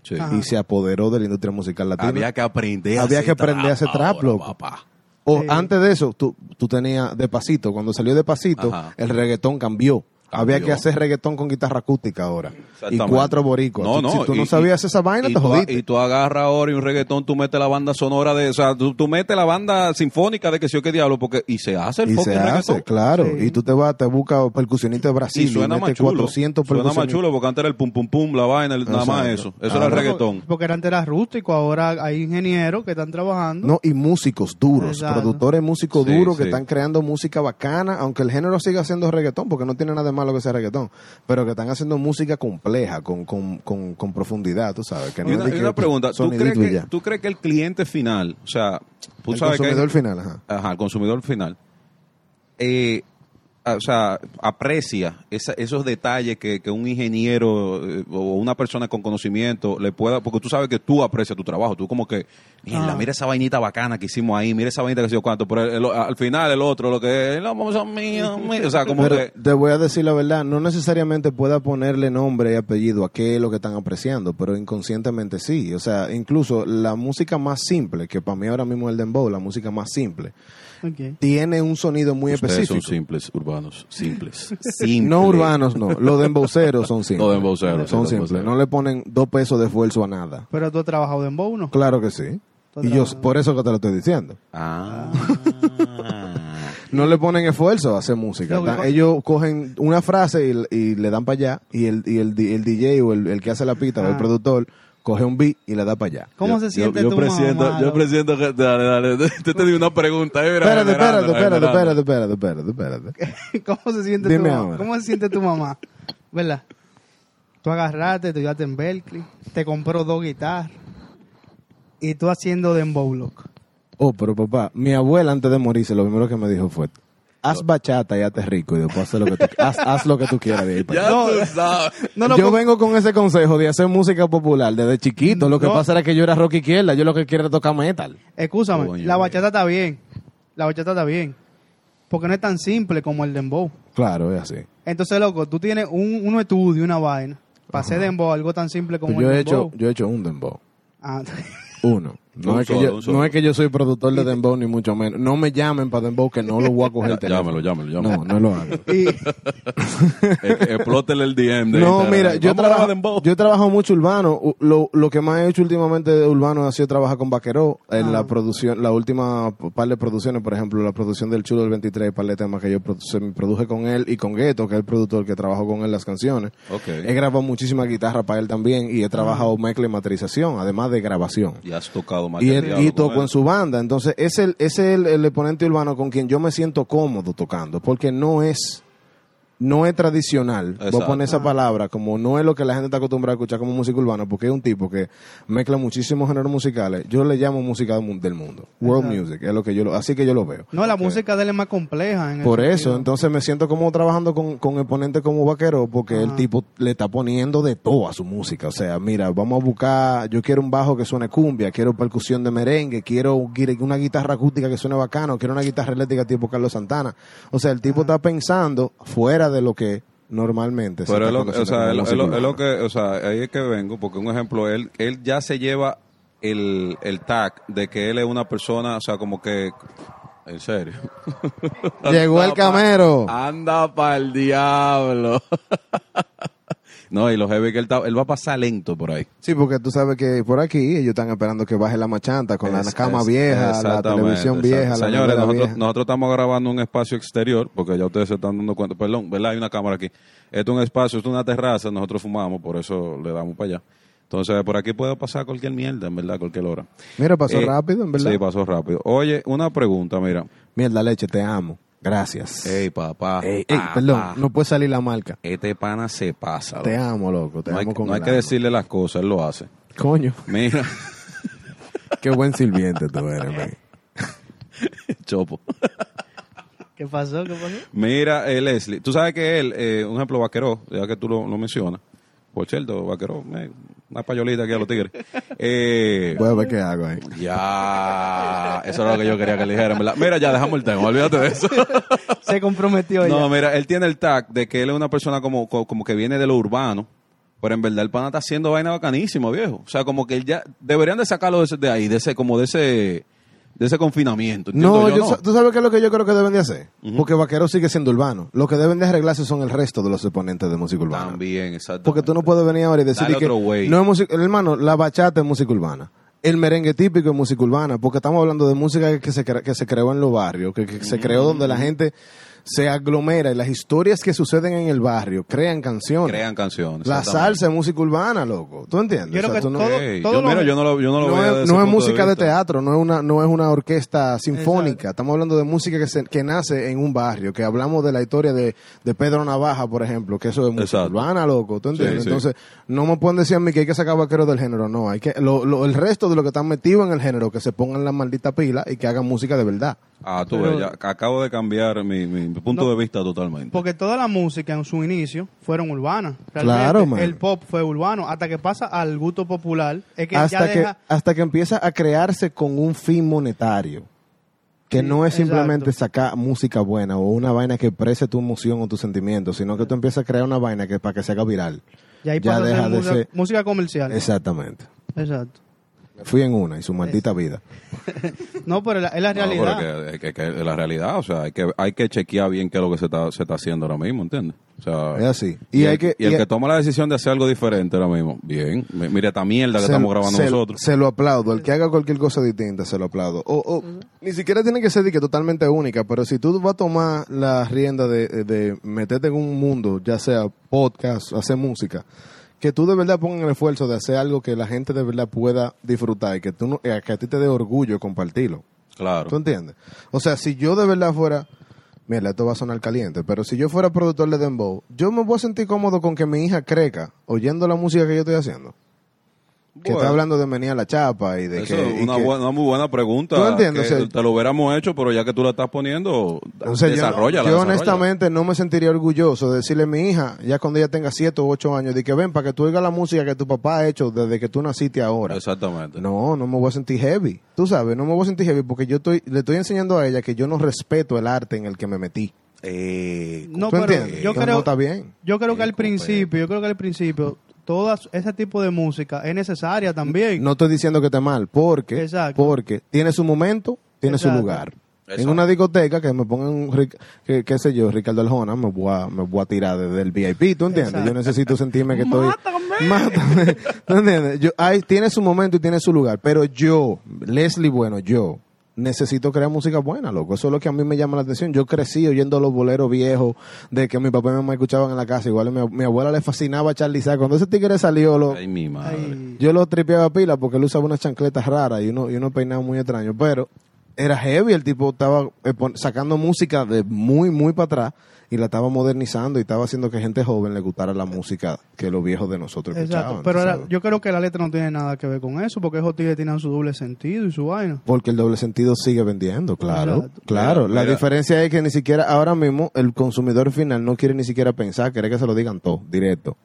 S1: Sí.
S2: Ajá.
S3: y se apoderó de la industria musical latina.
S1: Había que aprender a
S3: Había
S1: hacer
S3: que aprender a hacer trap,
S1: ahora,
S3: loco.
S1: papá.
S3: O
S2: Sí.
S3: antes de eso, tú, tú tenías de pasito. Cuando salió de pasito,
S1: Ajá.
S3: el reggaetón cambió. Había que
S1: Cambió.
S3: hacer reggaetón con guitarra acústica ahora. Y
S1: Exactamente.
S3: cuatro boricuas.
S1: No,
S3: Tú-
S1: no,
S3: si tú
S1: y-
S3: no sabías esa vaina,
S1: y
S3: te
S1: tú a-
S3: jodiste.
S1: Y tú agarras ahora y un reggaetón, tú metes la banda sonora de, o sea, tú, tú metes la banda sinfónica de que sí o que diablo, porque, y se hace el
S3: Y
S1: fucking
S3: se hace,
S1: reggaetón.
S3: claro.
S2: Sí.
S3: Y tú te vas, te buscas percusionista de Brasil.
S1: Y suena más
S3: metes
S1: chulo.
S3: 400
S1: suena más
S3: percusionistas.
S1: chulo porque antes era el pum pum pum, la vaina, el- nada más eso.
S3: Exacto.
S1: Eso
S3: Ah,
S1: era el
S3: no,
S1: reggaetón.
S2: Porque antes era rústico, ahora hay ingenieros que están trabajando.
S3: No, y músicos duros,
S2: Exacto.
S3: productores músicos
S1: Sí,
S3: duros que
S1: sí.
S3: están creando música bacana, aunque el género siga siendo reggaetón, porque no tiene nada de malo que sea reggaetón, pero que están haciendo música compleja, con, con, con, con profundidad, tú sabes. Que no
S1: Y
S3: es
S1: una,
S3: de
S1: y
S3: que
S1: una pregunta, ¿tú
S3: sonidito
S1: crees,
S3: y
S1: que,
S3: ya.
S1: ¿tú crees que el cliente final, o sea, tú
S3: el
S1: sabes que... hay-
S3: consumidor final, ajá.
S1: ajá, el consumidor final, eh, a- o sea, aprecia esa- esos detalles que, que un ingeniero eh, o una persona con conocimiento le pueda, porque tú sabes que tú aprecias tu trabajo, tú como que, mira,
S2: Ah.
S1: mira esa vainita bacana que hicimos ahí, mira esa vainita que se yo cuánto, pero el- el- al final el otro, lo que es, "No, pues vamos a mí, a mí", o sea, como
S3: Pero
S1: que...
S3: te voy a decir la verdad, no necesariamente pueda ponerle nombre y apellido a qué es lo que están apreciando, pero inconscientemente sí. O sea, incluso la música más simple, que para mí ahora mismo es el dembow, la música más simple,
S2: Ok.
S3: tiene un sonido muy
S1: Ustedes son
S3: específico.
S1: simples, urbanos, simples. simples.
S3: No urbanos, no. Los demboceros son simples.
S1: Los demboceros,
S3: son
S1: los
S3: simples.
S1: demboceros.
S3: No le ponen dos pesos de esfuerzo a nada.
S2: Pero tú has trabajado en Bow, ¿no?
S3: Claro que sí.
S2: Está
S3: Y yo,
S2: trabajando.
S3: por eso que te lo estoy diciendo.
S1: Ah.
S3: No le ponen esfuerzo a hacer música.
S2: Lo que
S3: Tan-
S2: co-
S3: Ellos cogen una frase y, y le dan para allá. Y el, y el, di- el DJ o el, el que hace la pista o el
S2: Ah.
S3: productor coge un beat y le da para allá.
S2: ¿Cómo
S1: Yo-
S2: se siente
S1: yo, yo
S2: tu
S1: presiento,
S2: mamá?
S1: Yo presiento que... Dale, dale, dale. Yo te di una pregunta. eh, mira,
S3: Espérate, espérate,
S1: generando,
S3: espérate,
S1: generando.
S3: espérate, espérate, espérate, espérate.
S2: ¿Cómo se siente
S3: Dime
S2: tu mamá?
S3: ahora.
S2: ¿Cómo se siente tu mamá? ¿Verdad? Tú agarraste, te llevaste en Berkeley, te compró dos guitarras y tú haciendo dembow loco.
S3: Oh, pero papá, mi abuela antes de morirse lo primero que me dijo fue, haz bachata y hazte rico y después haz lo que tú, haz, haz lo que tú quieras de ahí para allá".
S1: Ya tú sabes.
S2: No lo
S3: yo
S2: con-
S3: vengo con ese consejo de hacer música popular desde chiquito. Lo que
S2: No.
S3: pasa era que yo era rock izquierda. Yo lo que quiero era tocar metal.
S2: Excúsame,
S1: Coño,
S2: la bachata está bien. La bachata está bien. Porque no es tan simple como el dembow.
S3: Claro, es así.
S2: Entonces, loco, tú tienes un, un estudio, una vaina. Para hacer dembow, algo tan simple como
S3: Pues yo,
S2: el
S3: he
S2: dembow.
S3: hecho, yo he hecho un dembow.
S2: Ah,
S3: Uno. No,
S1: Un
S3: es, que
S1: solo, un
S3: yo,
S1: solo.
S3: no es que yo soy productor de Dembow, ni mucho menos. No me llamen para Dembow, que no lo voy a coger el teléfono.
S1: Llámalo, llámalo, llámalo.
S3: No, no lo hago.
S2: Y
S1: Eh, Explótele el DM de
S3: No,
S1: Instagram.
S3: mira,
S1: Vamos
S3: yo,
S1: a grabar
S3: trabajo-
S1: en voz.
S3: yo he trabajado mucho urbano. U- Lo, lo que más he hecho últimamente de urbano ha sido trabajar con Vaqueró en la producción, la última par de producciones, por ejemplo, la producción del Chulo del 23, par de temas que yo produ- se me produje con él y con Gueto, que es el productor que trabajó con él las canciones.
S1: Ok.
S3: He grabado muchísima guitarra para él también y he trabajado mezcla y matrización, además de grabación.
S1: Y has tocado más
S3: Y,
S1: que el
S3: él, y
S1: diablo con
S3: tocó en
S1: él.
S3: su banda. Entonces, es el, es el, el exponente urbano con quien yo me siento cómodo tocando, porque no es, no es tradicional. Voy a
S1: Exacto.
S3: poner esa palabra, como no es lo que la gente está acostumbrada a escuchar como música urbana, porque es un tipo que mezcla muchísimos géneros musicales. Yo le llamo música del mu- del mundo. World
S2: Exacto.
S3: music, es lo que yo lo, así que yo lo veo.
S2: no, la música de él es más compleja. en el
S3: Por eso,
S2: sentido.
S3: entonces me siento como trabajando con, con exponentes como Vaquero, porque el tipo le está poniendo de todo a su música. O sea, mira, vamos a buscar, yo quiero un bajo que suene cumbia, quiero percusión de merengue, quiero un guir- una guitarra acústica que suene bacano, quiero una guitarra eléctrica tipo Carlos Santana. O sea, el tipo está pensando fuera de lo que normalmente se
S1: Pero es
S3: está
S1: lo, o
S3: conociendo
S1: sea,
S3: como
S1: es lo- es
S3: música
S1: lo- es lo
S3: urbana.
S1: que, o sea, ahí es que vengo, porque un ejemplo, él, él ya se lleva el, el tag de que él es una persona, o sea, como que, en serio.
S3: Llegó el
S1: Anda pa- Ah.
S3: camero.
S1: Anda para el diablo. no, y los heavy que él, ta- él va a pasar lento por ahí.
S3: Sí, porque tú sabes que por aquí ellos están esperando que baje la machanta con la
S1: Es-
S3: cama
S1: es-
S3: vieja, la
S1: exactamente,
S3: televisión
S1: exacto.
S3: vieja, la
S1: Señores,
S3: nevera
S1: nosotros,
S3: vieja.
S1: nosotros estamos grabando en un espacio exterior, porque ya ustedes se están dando cuenta, perdón, ¿verdad? Hay una cámara aquí. Esto es un espacio, esto es una terraza, nosotros fumamos, por eso le damos para allá. Entonces, por aquí puede pasar cualquier mierda, en verdad, cualquier hora.
S3: Mira, pasó
S1: Eh,
S3: rápido, en verdad.
S1: Sí, pasó rápido. Oye, una pregunta, mira.
S3: Mierda, leche, te amo. Gracias.
S1: Ey, Ah, papá.
S3: Ey, ey,
S1: papá,
S3: perdón, no puede salir la marca.
S1: Este pana se pasa.
S3: Te
S1: loco.
S3: amo, loco. Te
S1: no hay,
S3: amo con
S1: no hay
S3: el
S1: que
S3: alma.
S1: decirle las cosas, él lo hace.
S3: Coño,
S1: Mira,
S3: qué buen sirviente tú eres, man.
S1: chopo.
S2: ¿Qué pasó? ¿Qué pasó?
S1: Mira, eh, Leslie, tú sabes que él, eh, un ejemplo, Vaqueró, ya que tú lo, lo mencionas, por cierto, Vaqueró, me- una payolita aquí a los tigres. Eh,
S3: Voy a ver qué hago ahí.
S1: ya, eso era lo que yo quería que le dijeran, ¿verdad? Mira, ya dejamos el tema, olvídate de eso.
S2: Se comprometió ella.
S1: No, mira, él tiene el tag de que él es una persona como, co- como que viene de lo urbano, pero en verdad el pana está haciendo vaina bacanísima, viejo. O sea, como que él ya, deberían de sacarlo de, ese- de ahí, de ese, como de ese, de ese confinamiento. entiendo
S3: No,
S1: yo,
S3: yo
S1: ¿no?
S3: sa- tú sabes qué es lo que yo creo que deben de hacer. Porque Vaquero sigue siendo urbano. Lo que deben de arreglarse son el resto de los exponentes de música urbana.
S1: También, exacto.
S3: Porque tú no puedes venir ahora y decir
S1: Dale
S3: que
S1: otro way.
S3: no es música, hermano, la bachata es música urbana. El merengue típico es música urbana, porque estamos hablando de música que se, cre- que se creó en los barrios, que, que se creó donde la gente se aglomera y las historias que suceden en el barrio crean canciones.
S1: Crean canciones.
S3: la
S1: exactamente.
S3: salsa es música urbana, loco. ¿Tú entiendes?
S2: Yo creo que
S3: tú no-
S2: todo-
S1: Ey, yo,
S2: lo-
S1: mira, yo no lo, yo no lo
S3: no
S1: veo
S3: es,
S1: desde
S3: no
S1: ese
S3: es
S1: punto
S3: música de,
S1: vista.
S3: teatro, no es una, no es una orquesta sinfónica.
S2: Exacto.
S3: Estamos hablando de música que, se- que nace en un barrio, que hablamos de la historia de, de Pedro Navaja, por ejemplo, que eso es música
S1: Exacto.
S3: urbana, loco. ¿Tú entiendes?
S1: Sí, sí.
S3: Entonces, no me pueden decir a mí que hay que sacar vaqueros del género, no. Hay que, lo- lo- el resto de lo que están metidos en el género, que se pongan la maldita pila y que hagan música de verdad.
S1: Ah, tú
S2: Pero-
S1: ves, ya ac- acabo de cambiar mi, mi punto de vista totalmente.
S2: Porque toda la música en su inicio fueron urbanas. Realmente,
S3: Claro, man.
S2: El pop fue urbano. Hasta que pasa al gusto popular, es que
S3: hasta,
S2: ya
S3: que,
S2: deja...
S3: hasta que empieza a crearse con un fin monetario. Que
S2: Sí,
S3: no es
S2: exacto.
S3: simplemente sacar música buena o una vaina que exprese tu emoción o tus sentimientos, sino que tú empiezas a crear una vaina que para que se haga viral.
S2: Y ahí
S3: ya
S2: pasa a
S3: deja
S2: ser
S3: de
S2: música,
S3: ser-
S2: música comercial.
S3: Exactamente.
S2: Exacto.
S3: Fui en una y su maldita vida.
S2: No, pero la- es la
S1: No, pero
S2: realidad.
S1: que- que- que es la realidad, o sea, hay que, hay que chequear bien qué es lo que se está, se está haciendo ahora mismo, ¿entiendes? O sea,
S3: Es así.
S1: Y,
S3: Y
S1: el,
S3: hay que-
S1: y el
S3: y-
S1: que toma la decisión de hacer algo diferente ahora mismo, bien. Mi- Mira esta mierda que
S3: Se-
S1: estamos grabando
S3: se-
S1: nosotros.
S3: Se lo aplaudo. El que haga cualquier cosa distinta, se lo aplaudo. O, o, Ni siquiera tiene que ser de que totalmente única, pero si tú vas a tomar la rienda de, de meterte en un mundo, ya sea podcast, hacer música, que tú de verdad pongas el esfuerzo de hacer algo que la gente de verdad pueda disfrutar y que, tú no- eh, que a ti te dé orgullo compartirlo.
S1: Claro.
S3: ¿Tú entiendes? O sea, si yo de verdad fuera... Mira, esto va a sonar caliente, pero si yo fuera productor de Dembow, yo me voy a sentir cómodo con que mi hija creca oyendo la música que yo estoy haciendo. Que
S1: Bueno,
S3: está hablando de venir a la chapa y de
S1: eso
S3: que.
S1: es
S3: y
S1: una,
S3: que-
S1: buena- una muy buena pregunta.
S3: ¿Tú entiendes?
S1: que
S3: O sea,
S1: te lo hubiéramos hecho, pero ya que tú la estás poniendo,
S3: O sea, yo-
S1: desarrolla
S3: yo, honestamente no me sentiría orgulloso de decirle a mi hija, ya cuando ella tenga 7 o 8 años, de que ven para que tú oigas la música que tu papá ha hecho desde que tú naciste ahora.
S1: Exactamente.
S3: No, no me voy a sentir heavy. Tú sabes, no me voy a sentir heavy porque yo estoy, le estoy enseñando a ella que yo no respeto el arte en el que me metí.
S1: Eh,
S2: No,
S3: ¿Tú
S2: pero
S3: entiendes?
S2: yo
S3: Entonces,
S2: creo-
S3: no está bien.
S2: Yo creo que al principio, yo creo que al principio todas ese tipo de música es necesaria también.
S3: No estoy diciendo que esté mal, porque,
S2: Exacto.
S3: porque tiene su momento, tiene
S2: Exacto.
S3: su lugar. En
S1: Exacto.
S3: una discoteca que me pongan, un Ric- que, qué sé yo, Ricardo Aljona, me voy a, me voy a tirar desde el VIP, ¿tú entiendes?
S2: Exacto.
S3: Yo necesito sentirme que estoy...
S2: ¡Mátame!
S3: ¡Mátame! ¿Tú entiendes? Yo, ahí tiene su momento y tiene su lugar, pero yo, Leslie Bueno, yo, necesito crear música buena, loco. Eso es lo que a mí me llama la atención. Yo crecí oyendo los boleros viejos de que mi papá y mi mamá escuchaban en la casa. Igual mi, mi abuela le fascinaba a Charlie Sa. Cuando ese tigre salió, lo,
S1: Ay, mi madre.
S2: Ay,
S3: yo lo tripeaba pila porque él usaba unas chancletas raras y uno, y uno peinado muy extraño, pero era heavy, el tipo estaba eh, pon- sacando música de muy, muy para atrás y la estaba modernizando y estaba haciendo que gente joven le gustara la música que los viejos de nosotros
S2: exacto.
S3: escuchaban.
S2: Pero
S3: ¿tú
S2: era-
S3: sabes?
S2: yo creo que la letra no tiene nada que ver con eso, porque esos tigres tienen su doble sentido y su vaina.
S3: Porque el doble sentido sigue vendiendo, claro.
S2: Exacto.
S3: Claro,
S1: Mira,
S3: la
S1: mira.
S3: diferencia es que ni siquiera ahora mismo el consumidor final no quiere ni siquiera pensar, quiere que se lo digan todo, directo.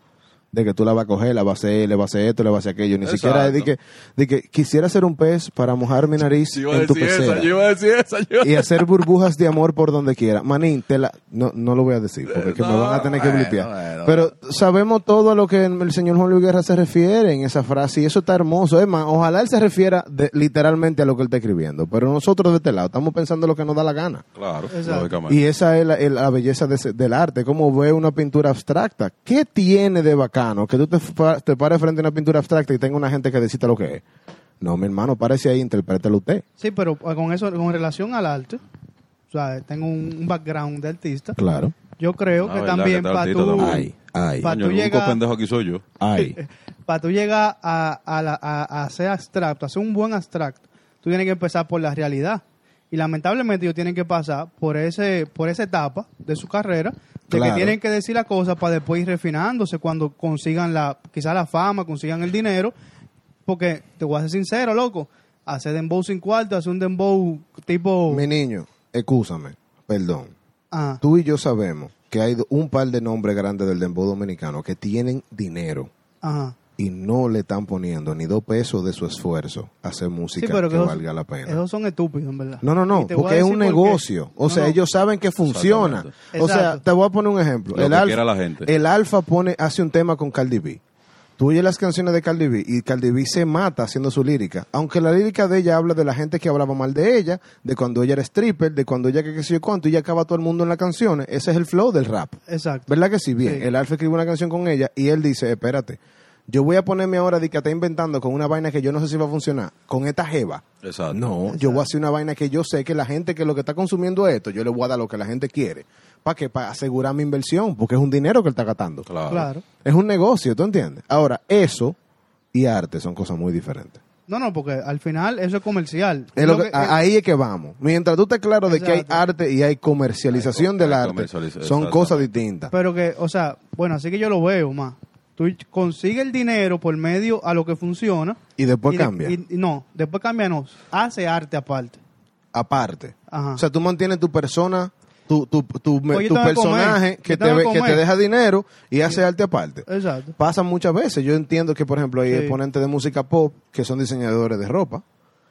S3: De que tú la vas a coger, la vas a hacer, le vas a hacer esto, le vas a hacer aquello. Ni siquiera es de que, de que quisiera ser un pez para mojar mi nariz
S1: Yo iba a
S3: en tu
S1: decir
S3: pecera.
S1: esa, yo iba a decir esa, yo iba a
S3: Y hacer burbujas de amor por donde quiera. Manín, te la... No, no lo voy a decir, porque es que me
S1: No,
S3: van a tener que
S1: bueno,
S3: blipear.
S1: bueno.
S3: Pero sabemos todo a lo que el señor Juan Luis Guerra se refiere en esa frase, y eso está hermoso. Es más, ojalá él se refiera de- literalmente a lo que él está escribiendo. Pero nosotros de este lado estamos pensando lo que nos da la gana.
S1: Claro,
S2: Exacto.
S1: lógicamente.
S3: Y esa es la, el- la belleza de ese- del arte, como ve una pintura abstracta. ¿Qué tiene de bacano que tú te, fa- te pares frente a una pintura abstracta y tenga una gente que decita lo que es? No, mi hermano, parece ahí, interprétalo usted.
S2: Sí, pero ah, con eso, con relación al arte, o sea, tengo un, un background de artista.
S3: Claro.
S2: Yo creo
S1: Ah,
S2: que
S1: verdad,
S2: también
S1: que está
S2: para
S1: artista
S2: tú,
S1: también.
S3: Ay, ay,
S2: Pa-
S1: Coño, el
S2: tú
S1: único
S2: llegas-
S1: pendejo aquí soy yo.
S3: ay.
S2: para tú llegar a, a la- a- a hacer abstracto, a hacer un buen abstracto, tú tienes que empezar por la realidad. Y lamentablemente ellos tienen que pasar por ese por esa etapa de su carrera, de
S3: Claro.
S2: que tienen que decir las cosas para después ir refinándose cuando consigan la quizás la fama, consigan el dinero, porque te voy a ser sincero, loco, hacer dembow sin cuarto, hacer un dembow tipo...
S3: Mi niño, escúchame, perdón.
S2: Ajá.
S3: Tú y yo sabemos que hay un par de nombres grandes del dembow dominicano que tienen dinero
S2: Ajá.
S3: y no le están poniendo ni dos pesos de su esfuerzo a hacer música que
S2: esos-
S3: valga la pena.
S2: Esos son estúpidos, en verdad.
S3: No, no,
S2: Y
S3: no,
S2: te voy a
S3: porque es
S2: decir por
S3: un
S2: qué.
S3: negocio. O
S2: No,
S3: sea,
S2: no.
S3: ellos saben que funciona.
S2: Exactamente.
S3: O sea,
S2: Exacto.
S3: te voy a poner un ejemplo.
S1: Lo
S3: el
S1: que
S3: alfa,
S1: quiera la gente.
S3: El alfa pone, hace un tema con Cardi B. Tú oyes las canciones de Cardi B y Cardi B se mata haciendo su lírica. Aunque la lírica de ella habla de la gente que hablaba mal de ella, de cuando ella era stripper, de cuando ella que qué sé yo cuánto, y ya acaba todo el mundo en las canciones. Ese es el flow del rap.
S2: Exacto.
S3: ¿Verdad que sí? Bien.
S2: Sí.
S3: El Alfa escribe una canción con ella y él dice, espérate, yo voy a ponerme ahora de que está inventando con una vaina que yo no sé si va a funcionar, con esta jeva.
S1: Exacto.
S3: Ah, No, yo voy a hacer una vaina que yo sé que la gente que lo que está consumiendo esto, yo le voy a dar lo que la gente quiere. ¿Para qué? Para asegurar mi inversión, porque es un dinero que él está gastando.
S1: Claro.
S2: Claro.
S3: Es un negocio, ¿tú entiendes? Ahora, eso y arte son cosas muy diferentes.
S2: No, no, porque al final eso es comercial.
S3: Es lo
S2: Lo
S3: que-
S1: eh,
S2: que- eh,
S3: a- ahí es que vamos. Mientras tú estés claro de que hay
S2: Exacto.
S3: arte y hay comercialización
S1: Hay co-
S3: del
S1: hay
S3: arte,
S1: comercialización,
S3: son
S1: exacto.
S3: cosas distintas.
S2: Pero que, o sea, bueno, así que yo lo veo más. Tú consigues el dinero por medio a lo que funciona.
S3: Y después
S2: y de-
S3: cambia.
S2: y- y no, después cambia, no. Hace arte aparte.
S3: aparte.
S2: Ajá.
S3: O sea, tú mantienes tu persona, tu, tu, tu, me-
S2: Oye,
S3: tu
S2: tengo que
S3: personaje
S2: comer,
S3: que
S2: yo
S3: te,
S2: tengo
S3: ve-
S2: que
S3: que te
S2: comer.
S3: deja dinero y hace arte aparte.
S2: Exacto.
S3: Pasa muchas veces. Yo entiendo que, por ejemplo, hay
S2: Sí.
S3: exponentes de música pop que son diseñadores de ropa,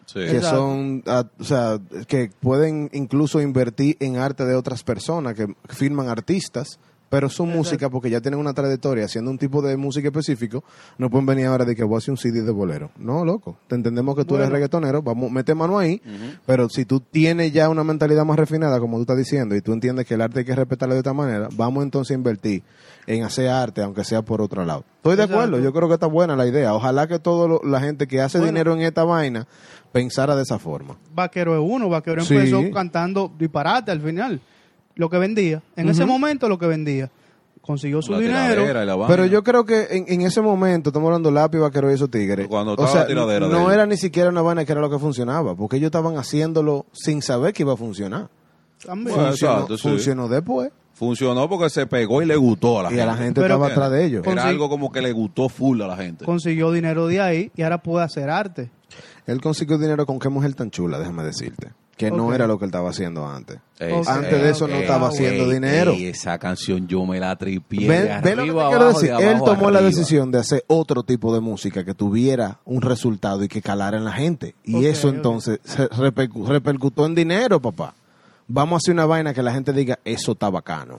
S1: Sí.
S3: que
S2: Exacto.
S3: son, ah, o sea, que pueden incluso invertir en arte de otras personas, que firman artistas, pero su música, porque ya tienen una trayectoria haciendo un tipo de música específico, no pueden venir ahora de que voy a hacer un CD de bolero. No, loco, te entendemos que tú eres
S2: Bueno.
S3: reggaetonero, vamos, mete mano ahí, pero si tú tienes ya una mentalidad más refinada, como tú estás diciendo, y tú entiendes que el arte hay que respetarlo de otra manera, vamos entonces a invertir en hacer arte, aunque sea por otro lado. Estoy de acuerdo,
S2: Exacto.
S3: yo creo que está buena la idea. Ojalá que toda la gente que hace
S2: Bueno.
S3: dinero en esta vaina pensara de esa forma.
S2: Vaquero es uno. Vaquero
S3: Sí.
S2: empezó cantando disparate al final. Lo que vendía. En ese momento lo que vendía. Consiguió su
S1: La
S2: dinero.
S1: tiradera y la vaina.
S3: Pero yo creo que en, en ese momento, estamos hablando lápiz, vaquero y esos tigres.
S1: Cuando
S3: o
S1: estaba
S3: sea,
S1: la tiradera de
S3: no
S1: ellos.
S3: era ni siquiera una vaina que era lo que funcionaba, porque ellos estaban haciéndolo sin saber que iba a funcionar.
S2: También.
S1: Bueno,
S3: Funcionó,
S1: exacto, sí.
S3: funcionó después
S1: Funcionó porque se pegó y le gustó a la
S3: y
S1: gente.
S3: a la gente
S2: Pero-
S3: estaba atrás de ellos.
S2: Con-
S1: Era
S2: Consi-
S1: algo como que le gustó full a la gente.
S2: Consiguió dinero de ahí y ahora puede hacer arte.
S3: Él consiguió dinero con qué mujer tan chula, déjame decirte. Que no
S2: Ok.
S3: era lo que él estaba haciendo antes.
S1: Ey,
S2: Ok, Ah,
S3: Antes de eso no
S2: ok,
S3: estaba
S2: ok.
S3: haciendo dinero.
S1: ey, esa canción yo me la tripié.
S3: Ve-
S1: de
S3: ve lo que te
S1: arriba
S3: quiero
S1: abajo,
S3: decir.
S1: de
S3: Él
S1: abajo
S3: tomó la
S1: arriba.
S3: decisión de hacer otro tipo de música que tuviera un resultado y que calara en la gente. Y
S2: Ok,
S3: eso
S2: ok.
S3: entonces se repercu- repercutó en dinero, papá. Vamos a hacer una vaina que la gente diga, eso está bacano.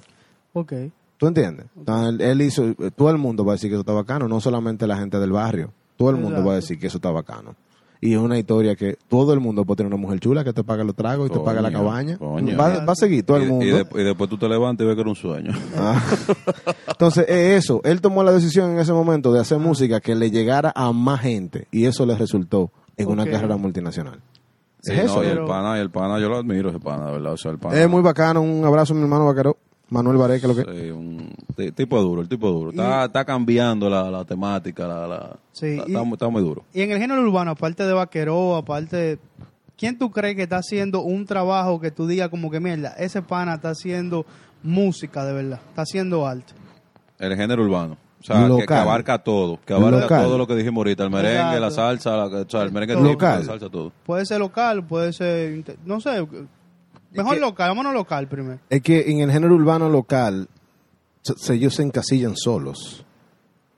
S2: Ok.
S3: ¿Tú entiendes? Entonces, él, él hizo, eh, todo el mundo va a decir que eso está bacano, no solamente la gente del barrio. Todo el mundo va a
S2: Exacto.
S3: decir que eso está bacano. Y es una historia que todo el mundo puede tener una mujer chula que te paga los tragos y te paga la
S1: Coño,
S3: cabaña.
S1: coño.
S3: Va, va a seguir todo el
S1: Y-
S3: mundo.
S1: Y, de- y después tú te levantas y ves que era un sueño.
S3: Ah. Entonces, es eso. Él tomó la decisión en ese momento de hacer
S1: Ah.
S3: música que le llegara a más gente. Y eso le resultó en una
S2: Ok.
S3: carrera multinacional.
S1: Sí,
S3: es
S1: no,
S3: eso.
S1: y el
S2: pero-
S1: pana, y el pana, yo lo admiro ese pana, de verdad. O sea, el pana.
S3: Es muy bacano. Un abrazo a mi hermano vaquero, Manuel Vareca, lo que.
S1: Sí, Eh, un t- tipo duro, el tipo duro. Está, está cambiando la, la temática, la, la-
S2: Sí,
S1: está,
S2: y-
S1: está muy- está muy duro.
S2: Y en el género urbano, aparte de Vaqueró, aparte... de- ¿Quién tú crees que está haciendo un trabajo que tú digas como que mierda, ese pana está haciendo música de verdad, está haciendo arte?
S1: El género urbano. O sea, que,
S3: Local.
S1: que abarca todo. Que abarca
S3: Local.
S1: todo lo que dijimos ahorita. El merengue, la
S2: Exacto.
S1: salsa, la, o sea, el merengue
S2: Todo.
S1: típico, la
S3: Local.
S1: salsa, todo.
S2: Puede ser local, puede ser... inter- No sé, mejor local, vámonos local primero.
S3: Es que en el género urbano local, se- se- ellos se encasillan solos.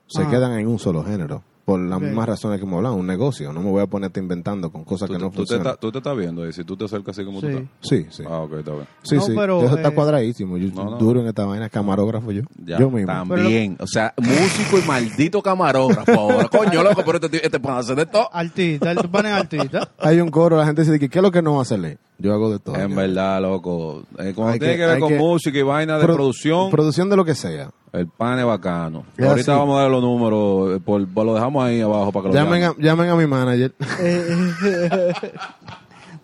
S3: Se
S2: Ah.
S3: quedan en un solo género. Por las
S2: Ok.
S3: mismas razones que hemos hablado. Un negocio. No me voy a ponerte inventando con cosas
S1: Tú,
S3: que no
S1: tú te
S3: funcionan.
S1: estás- tú te estás viendo, y si tú te acercas así como tú
S2: Sí.
S1: estás.
S3: Sí, sí.
S1: Ah, ok, está bien.
S3: Sí,
S2: No,
S3: sí.
S2: pero,
S3: eso está
S2: eh,
S3: cuadradísimo. Yo
S1: no, no.
S3: duro en esta vaina. Camarógrafo yo.
S1: Ya,
S3: yo mismo.
S4: También, o sea, músico y maldito camarógrafo ahora. Coño, loco, pero este, tío- este puede hacer de todo.
S3: Ah,
S2: Artista, el pana es artista.
S3: Hay un coro, la gente dice, que, ¿qué es lo que no va a hacerle? Yo hago de todo.
S1: En
S3: Yo-
S1: verdad, loco. Eh, cuando
S3: Hay
S1: tiene
S3: que-
S1: que, ver
S3: hay
S1: con
S3: que-
S1: música y vaina de
S3: Pro-
S1: producción,
S3: Producción de lo que sea.
S1: el pan es bacano.
S3: Es
S1: Ahorita
S3: así.
S1: vamos a dar los números, eh, por, por- lo dejamos ahí abajo para que lo
S3: Llamen
S1: vean.
S3: a, llamen a mi manager.
S2: Eh.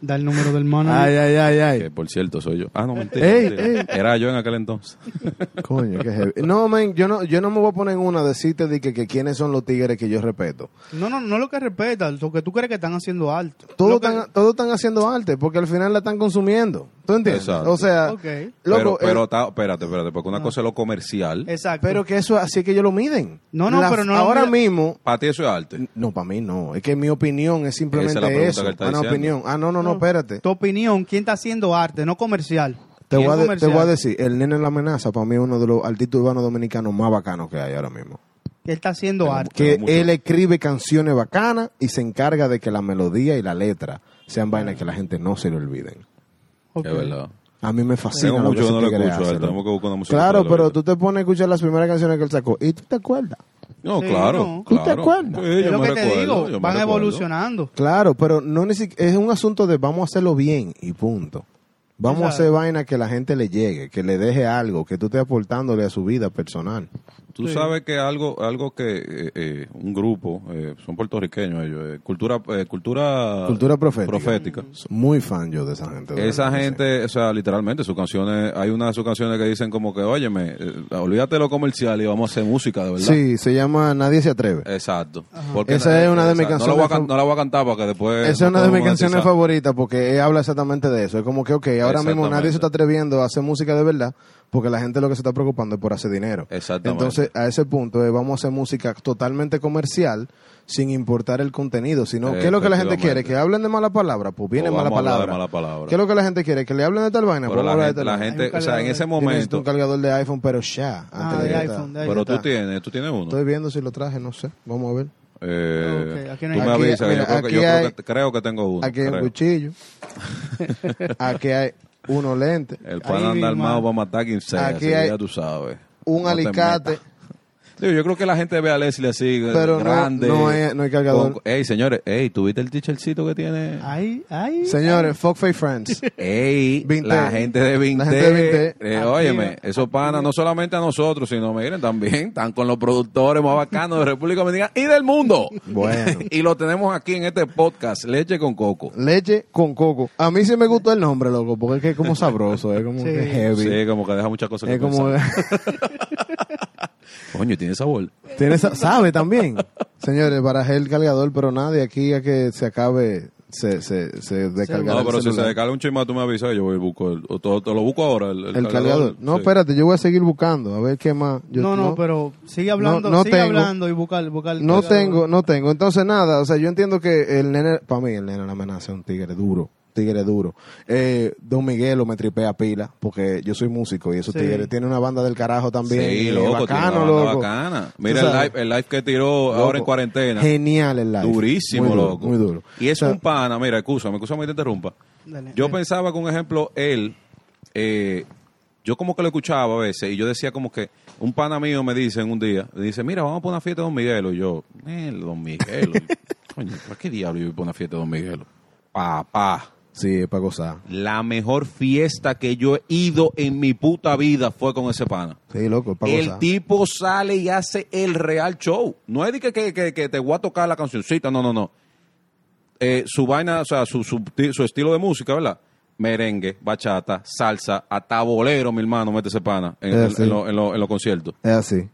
S2: Da el número del manager.
S3: Ay, ay, ay,
S1: Que
S3: ay.
S1: por cierto soy yo. Ah, no, mentira.
S3: Ey,
S1: mentira.
S3: ey.
S1: Era yo en aquel entonces.
S3: Coño, qué heavy. No, men, yo no, yo no me voy a poner en una decirte de que, que quiénes son los tigres que yo respeto.
S2: No, no, no lo que respeta, lo que tú crees que están haciendo alto.
S3: Todos
S2: Lo que-
S3: están, todos están haciendo arte porque al final la están consumiendo. ¿Tú entiendes?
S1: Exacto.
S3: O sea,
S2: Ok.
S3: loco,
S1: pero,
S3: eh,
S1: pero ta- espérate, espérate, porque una cosa es lo comercial.
S2: Exacto.
S3: pero que eso así es que ellos lo miden.
S2: No, no, pero no lo
S3: Ahora
S2: miden.
S3: mismo,
S1: Para ti eso es arte.
S3: no, para mí no. Es que mi opinión es simplemente
S1: Esa es la pregunta
S3: eso.
S1: que él está
S3: Ah, no,
S1: diciendo.
S3: opinión. Ah, no, no, no, espérate.
S2: tu opinión, ¿quién está haciendo arte, no comercial?
S3: Te
S2: ¿Quién
S3: voy, a de- te
S2: comercial?
S3: voy a decir, el Nene La Amenaza para mí es uno de los artistas urbanos dominicanos más bacanos que hay ahora mismo.
S2: Que él está haciendo arte.
S3: que
S1: mucho.
S3: él escribe canciones bacanas y se encarga de que la melodía y la letra sean vainas que la gente no se le olviden.
S2: Ok.
S1: Es verdad.
S3: A mí me fascina.
S1: Tengo
S3: lo
S1: mucho
S3: ese
S1: que no lo
S3: tigre
S1: escucho,
S3: hace,
S1: eh,
S3: loco.
S1: tengo que buscar una música
S3: Claro,
S1: para
S3: pero
S1: ahorita.
S3: tú te pones a escuchar las primeras canciones que él sacó y tú te acuerdas.
S1: No,
S2: Sí,
S1: claro.
S2: no.
S3: ¿Tú te
S1: claro.
S3: acuerdas?
S1: Sí,
S2: Es
S1: yo
S2: lo
S1: me
S2: que te
S1: recuerdo, yo
S2: digo,
S1: me
S2: van
S1: recuerdo.
S2: evolucionando.
S3: Claro, pero no ni si- es un asunto de vamos a hacerlo bien y punto. Vamos a
S2: Exacto.
S3: hacer vainas que la gente le llegue, que le deje algo, que tú estés aportándole a su vida personal.
S1: Tú sabes que algo algo que eh, eh, un grupo, eh, son puertorriqueños ellos, eh, cultura, eh, cultura...
S3: Cultura profética.
S1: Profética.
S3: Muy fan yo de esa gente. de
S1: Esa
S3: verdad, sí.
S1: gente, o sea, literalmente, sus canciones, hay una de sus canciones que dicen como que, óyeme, eh, olvídate de lo comercial y vamos a hacer música, de verdad. Eh,
S3: Sí, se llama Nadie se atreve.
S1: Exacto.
S3: Esa
S1: na-
S3: es una de mis
S1: o sea,
S3: canciones
S1: No la, voy a, can-
S3: fav-
S1: no la voy a cantar para que después...
S3: Esa
S1: no
S3: es una de mis
S1: podamos
S3: canciones
S1: monetizar.
S3: favoritas porque él habla exactamente de eso. Es como que, ok, ahora mismo nadie se está atreviendo a hacer música de verdad porque la gente lo que se está preocupando es por hacer dinero.
S1: Exactamente.
S3: Entonces, a ese punto, eh, vamos a hacer música totalmente comercial sin importar el contenido, sino qué es lo que la gente quiere,
S1: Efectivamente.
S3: que hablen de mala palabra, pues viene
S1: O
S3: mala
S1: vamos a hablar de
S3: palabra.
S1: mala palabra.
S3: ¿Qué es lo que la gente quiere? Que le hablen de tal vaina,
S1: Pero
S3: Vamos a
S1: la
S3: hablar
S1: gente,
S3: de
S1: la
S3: tal vaina.
S1: gente, o sea, en ese
S3: Tienes
S1: momento...
S3: un cargador de iPhone, pero ya.
S2: Ah,
S3: antes
S2: de
S3: esta.
S2: iPhone, de iPhone.
S1: Pero tú
S3: está.
S1: tienes, tú tienes uno.
S3: Estoy viendo si lo traje, no sé. Vamos a ver.
S1: Eh,
S2: Ok, aquí no
S1: tú
S2: hay-
S1: me
S3: Aquí-
S1: avisas, que
S3: mira,
S1: yo, creo que,
S3: aquí
S1: yo creo
S3: hay-
S1: que- creo que tengo uno.
S3: Aquí hay un
S1: creo.
S3: cuchillo. Aquí hay uno lente.
S1: El
S2: Ahí
S1: pan anda
S2: mismo.
S1: armado para matar quien sea,
S3: Aquí
S1: así que
S3: hay
S1: ya tú sabes.
S3: un
S1: No te
S3: alicate.
S1: metas. Digo, yo creo que la gente ve a Leslie así, eh,
S3: Pero no-
S1: grande.
S3: no es- no hay cargador.
S1: con- ey, señores, ey, ¿tuviste el teachercito que tiene?
S2: Ay, ay.
S3: Señores, fuck Face Friends.
S1: Ey,
S3: Vinted.
S1: la gente de
S3: La
S1: Vinted.
S3: gente de Vinted.
S1: eh, óyeme, esos panas no solamente a nosotros, sino miren también, están con los productores más bacanos de República Dominicana y del mundo.
S3: Bueno.
S1: y lo tenemos aquí en este podcast, Leche con Coco.
S3: Leche con coco. A mí sí me gustó el nombre, loco, porque es que es como sabroso, es como
S2: Sí.
S3: que heavy.
S1: Sí, como que deja muchas cosas que
S3: es como...
S1: pensar. Coño, tiene sabor.
S3: Tiene esa- sabe también. Señores, barajé el cargador, pero nadie aquí a que se acabe, se, se, se descarga
S1: No,
S3: el
S1: pero si se
S3: celular.
S1: descarga un chima, tú me avisas y yo voy y busco. El, o te, te lo busco ahora, el, el
S3: el cargador. No,
S1: Sí.
S3: espérate, yo voy a seguir buscando, a ver qué más. Yo-
S2: no, no, pero sigue hablando,
S3: No- no
S2: sigue
S3: tengo.
S2: hablando y busca, busca el
S3: No
S2: cargador.
S3: tengo, no tengo. Entonces, nada, o sea, yo entiendo que el nene, para mí, el nene la amenaza es un tigre duro. Tigre duro. Eh, Don Miguelo me tripea pila, porque yo soy músico y esos
S2: Sí.
S3: tigres tienen una banda del carajo también.
S1: Sí,
S3: y
S1: loco,
S3: eh, bacano,
S1: tiene una banda
S3: loco.
S1: bacana.
S3: Tú
S1: Mira el
S3: sabes,
S1: live, el live que tiró ahora en
S3: loco,
S1: cuarentena.
S3: Genial el live.
S1: Durísimo,
S3: Muy duro,
S1: loco.
S3: Muy duro.
S1: Y es
S3: O sea,
S1: un pana, mira, excusa, me excusa que te interrumpa.
S2: Dale,
S1: Yo
S2: dale.
S1: eh, pensaba que un ejemplo, él, eh, yo como que lo escuchaba a veces y yo decía como que, un pana mío me dice en un día, me dice, mira, vamos para una fiesta de Don Miguelo. Y yo, el Don Miguelo. Coño, ¿para qué diablo yo voy para una fiesta de Don Miguelo? Papá,
S3: Sí, es para gozar.
S1: la mejor fiesta que yo he ido en mi puta vida fue con ese pana.
S3: Sí, loco, es para
S1: El
S3: gozar.
S1: tipo sale y hace el real show. No es de que, que, que- que te voy a tocar la cancioncita, no, no, no. Eh, su vaina, o sea, su, su, su estilo de música, ¿verdad? Merengue, bachata, salsa, hasta bolero, mi hermano, mete ese pana en,
S3: Eh,
S1: en-
S3: sí.
S1: en lo- en lo- en los conciertos.
S3: Es así.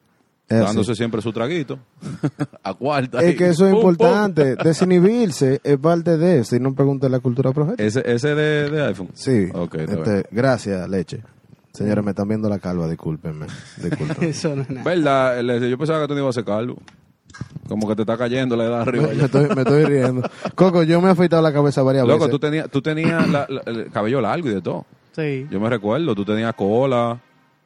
S3: Es así.
S1: Dándose siempre su traguito.
S4: A cuarta.
S3: Es
S4: ahí.
S3: que eso es
S4: Pum, pum.
S3: importante. Desinhibirse es parte de eso. Y no pregunte la cultura profética.
S1: Ese, ese de, de iPhone.
S3: Sí.
S1: Ok, está
S3: Este,
S1: bien. Mm.
S3: gracias, leche. Señores, me están viendo la calva, discúlpenme. discúlpenme.
S2: Eso no es nada.
S1: ¿Verdad? Le- Yo pensaba que tú no ibas a secarlo. Como que te está cayendo la edad arriba.
S3: me,
S1: ya.
S3: me estoy, me estoy riendo. Coco, yo me he afeitado la cabeza varias
S1: Loco, tú
S3: veces.
S1: tenías, tú tenías la- la- el cabello largo y de todo.
S2: Sí.
S1: Yo me recuerdo, tú tenías cola.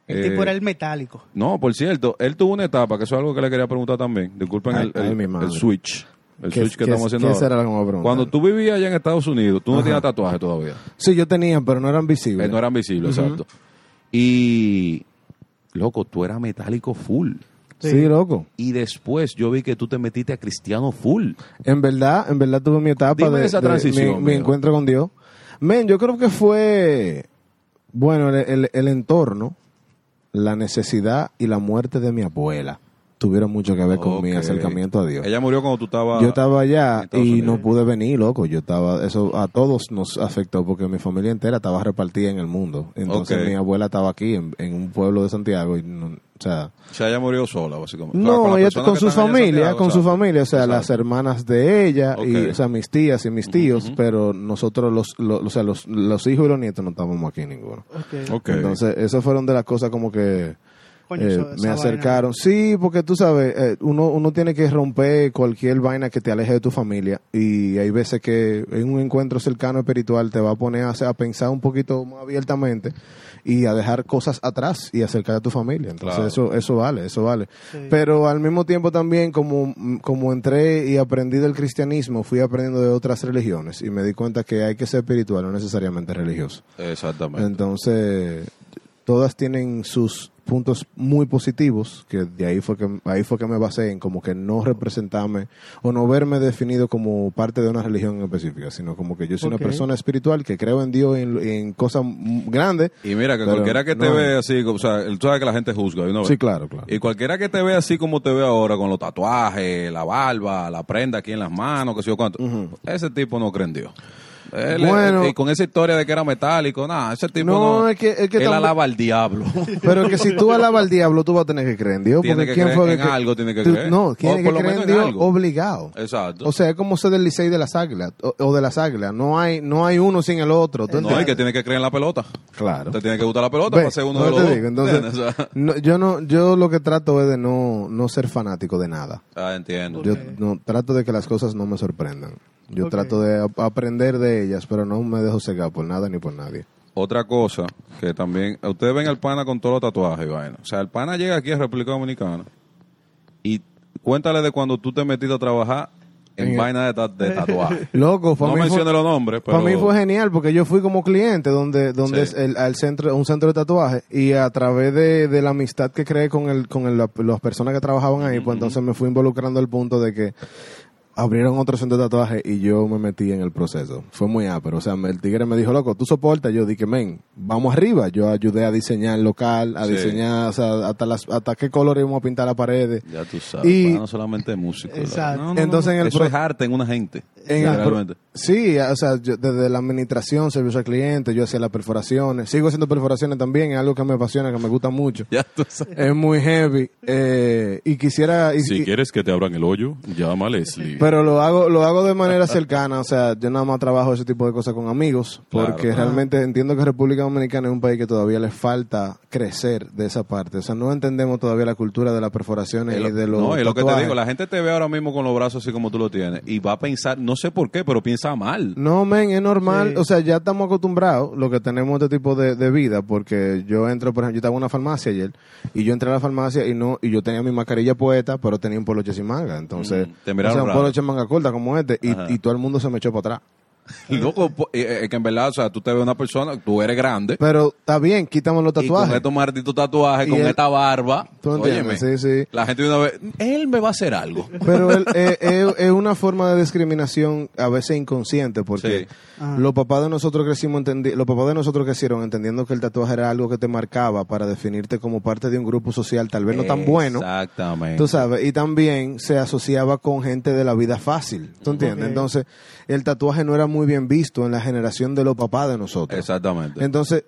S2: El
S1: eh,
S2: tipo era el metálico.
S1: No, por cierto, él tuvo una etapa, que eso es algo que le quería preguntar también. Disculpen
S3: Ay,
S1: el, el-
S3: ay, mi madre.
S1: el switch. El
S3: ¿Qué-
S1: switch que
S3: qué-
S1: estamos haciendo
S3: qué
S1: ahora.
S3: será la que me va a preguntar?
S1: Cuando tú vivías allá en Estados Unidos, tú no tenías tatuaje todavía.
S3: Sí, yo tenía, pero no eran visibles.
S1: Eh, no eran visibles, exacto. Y, loco, tú eras metálico full.
S3: sí. loco.
S1: Y después yo vi que tú te metiste a cristiano full.
S3: En verdad, en verdad tuve mi etapa
S1: Dime
S3: de,
S1: esa
S3: de
S1: transición,
S3: mi- mi,
S1: amigo.
S3: encuentro con Dios. Men, yo creo que fue, bueno, el, el- el entorno, la necesidad y la muerte de mi abuela tuvieron mucho que ver con mi
S1: Ok.
S3: acercamiento a Dios.
S1: Ella murió cuando tú estabas...
S3: Yo estaba allá
S1: Estados
S3: y
S1: Unidos.
S3: no pude venir, loco. Yo estaba, eso a todos nos afectó porque mi familia entera estaba repartida en el mundo. Entonces
S1: Ok.
S3: mi abuela estaba aquí en, en un pueblo de Santiago y no- o sea,
S1: O sea, ella murió sola, básicamente. O sea,
S3: no,
S1: las
S3: ella
S1: personas
S3: con
S1: que
S3: su
S1: están allá en
S3: familia,
S1: Santiago,
S3: con
S1: o sea,
S3: su familia, o sea,
S1: exacto.
S3: las hermanas de ella, y,
S1: Ok.
S3: o sea, mis tías y mis tíos, pero nosotros, los, los- o sea, los, los hijos y los nietos no estábamos aquí ninguno.
S2: Ok.
S1: Ok.
S3: Entonces, esas fueron de las cosas como que
S2: Coño,
S3: eh,
S2: eso- esa
S3: me
S2: vaina.
S3: acercaron. Sí, porque tú sabes, eh, uno, uno tiene que romper cualquier vaina que te aleje de tu familia. Y hay veces que en un encuentro cercano espiritual te va a poner a, a pensar un poquito más abiertamente y a dejar cosas atrás y acercar a tu familia. Entonces
S1: Claro.
S3: eso, eso vale, eso vale.
S2: Sí.
S3: Pero al mismo tiempo también como, como entré y aprendí del cristianismo, fui aprendiendo de otras religiones y me di cuenta que hay que ser espiritual, no necesariamente religioso.
S1: Exactamente.
S3: Entonces, todas tienen sus puntos muy positivos, que de ahí fue que ahí fue que me basé en como que no representarme o no verme definido como parte de una religión en específica, sino como que yo soy
S2: Ok.
S3: una persona espiritual que creo en Dios y en, en cosas m- grandes.
S1: Y mira, que
S3: Pero
S1: cualquiera que te
S3: no.
S1: ve así, o sea, tú sabes que la gente juzga, ¿no?
S3: Sí, claro, claro.
S1: Y cualquiera que te ve así como te ve ahora, con los tatuajes, la barba, la prenda aquí en las manos, que sé yo cuánto, ese tipo no cree en Dios. Él-
S3: Bueno.
S1: él- y con esa historia de que era metálico, nada, ese tipo no.
S3: No, es que- es que
S1: él
S3: también-
S1: alaba al diablo.
S3: Pero que si tú alabas al diablo, tú vas a tener que creer en Dios.
S1: Tiene
S3: porque
S1: que
S3: ¿quién
S1: creer
S3: fue
S1: en
S3: que-
S1: algo, tiene que
S3: tú-
S1: creer.
S3: No,
S1: O
S3: tiene
S1: por
S3: que
S1: lo
S3: creer en
S1: menos en
S3: Dios
S1: algo.
S3: obligado.
S1: Exacto.
S3: O sea, es como ser del Licey de las Águilas o, o de las Águilas. No hay, no hay uno sin el otro. ¿tú
S1: no,
S3: entiendes?
S1: es que tiene que creer en la pelota.
S3: Claro.
S1: Te tiene que gustar la pelota
S3: Ve,
S1: para ser uno
S3: no
S1: de los
S3: te
S1: dos.
S3: digo, entonces,
S1: ¿Entiendes? O sea,
S3: no, yo no, yo lo que trato es de no, no ser fanático de nada.
S1: ah, entiendo.
S3: Yo
S2: Ok.
S3: no trato de que las cosas no me sorprendan. Yo
S2: Ok.
S3: trato de ap- aprender de ellas, pero no me dejo cegar por nada ni por nadie.
S1: Otra cosa que también, ustedes ven al pana con todos los tatuajes y vaina. O sea, el pana llega aquí a República Dominicana y cuéntale de cuando tú te metiste a trabajar en
S3: En el-
S1: vaina de, ta- de tatuaje.
S3: Loco, para
S1: no
S3: mí fue,
S1: mencioné los nombres, pero...
S3: pa' mí fue genial porque yo fui como cliente donde donde
S1: Sí.
S3: es el, al centro un centro de tatuaje y a través de, de la amistad que creé con el con el- la- las personas que trabajaban ahí, pues entonces me fui involucrando al punto de que abrieron otro centro de tatuaje y yo me metí en el proceso. Fue muy ápero. O sea, me- el tigre me dijo, loco, tú soportas. Yo dije, men, vamos arriba. Yo ayudé a diseñar el local, a
S1: Sí.
S3: diseñar o sea, hasta, las, hasta qué color íbamos a pintar las paredes.
S1: Ya tú sabes,
S3: Y-
S1: pana no solamente es músico. la-
S2: Exacto.
S1: no, no, no,
S3: Entonces, en el
S1: eso
S3: pro-
S1: es arte en una gente.
S3: En el pro-
S1: literalmente.
S3: sí, eh, o sea, yo- desde la administración, servicio al cliente, yo hacía las perforaciones. Sigo haciendo perforaciones también, es algo que me apasiona, que me gusta mucho.
S1: Ya tú sabes.
S3: Es muy heavy. eh, y quisiera... y- y-
S1: quieres que te abran el hoyo, llama a Leslie.
S3: Pero lo hago, lo hago de manera cercana, o sea, yo nada más trabajo ese tipo de cosas con amigos,
S1: Claro,
S3: porque
S1: claro.
S3: realmente entiendo que República Dominicana es un país que todavía le falta crecer de esa parte, o sea, no entendemos todavía la cultura de las perforaciones
S1: Es
S3: y
S1: lo-
S3: de los
S1: no, es lo que te
S3: tatuajes.
S1: digo, la gente te ve ahora mismo con los brazos así como tú lo tienes y va a pensar, no sé por qué, pero piensa mal.
S3: No, men, es normal.
S2: Sí.
S3: O sea, ya estamos acostumbrados lo que tenemos este tipo de, de vida, porque yo entro, por ejemplo, yo estaba en una farmacia ayer y yo entré a la farmacia y no y yo tenía mi mascarilla puesta, pero tenía un poloche sin manga, entonces
S1: Mm, te miraron
S3: o sea, un
S1: raro.
S3: poloche manga corta como este y,
S1: Ajá.
S3: y todo el mundo se me echó para atrás.
S1: Loco, po- eh, eh, que en verdad, o sea, tú te ves una persona, tú eres grande,
S3: Pero está bien, quitamos los
S1: y con
S3: tatuajes.
S1: estos malditos tatuajes,
S3: Y
S1: con
S3: él-
S1: esta barba,
S3: Tú entiendes,
S1: óyeme,
S3: sí, sí.
S1: la gente de una vez, él me va a hacer algo.
S3: Pero el- eh, eh, es una forma de discriminación a veces inconsciente, porque
S1: Sí.
S2: Ajá.
S3: los papás de nosotros crecimos entendi- los papás de nosotros crecieron entendiendo que el tatuaje era algo que te marcaba para definirte como parte de un grupo social, tal vez no tan bueno.
S1: Exactamente.
S3: Tú sabes, y también se asociaba con gente de la vida fácil, ¿tú entiendes?
S2: Ok.
S3: Entonces, el tatuaje no era muy bien visto en la generación de los papás de nosotros.
S1: Exactamente.
S3: Entonces,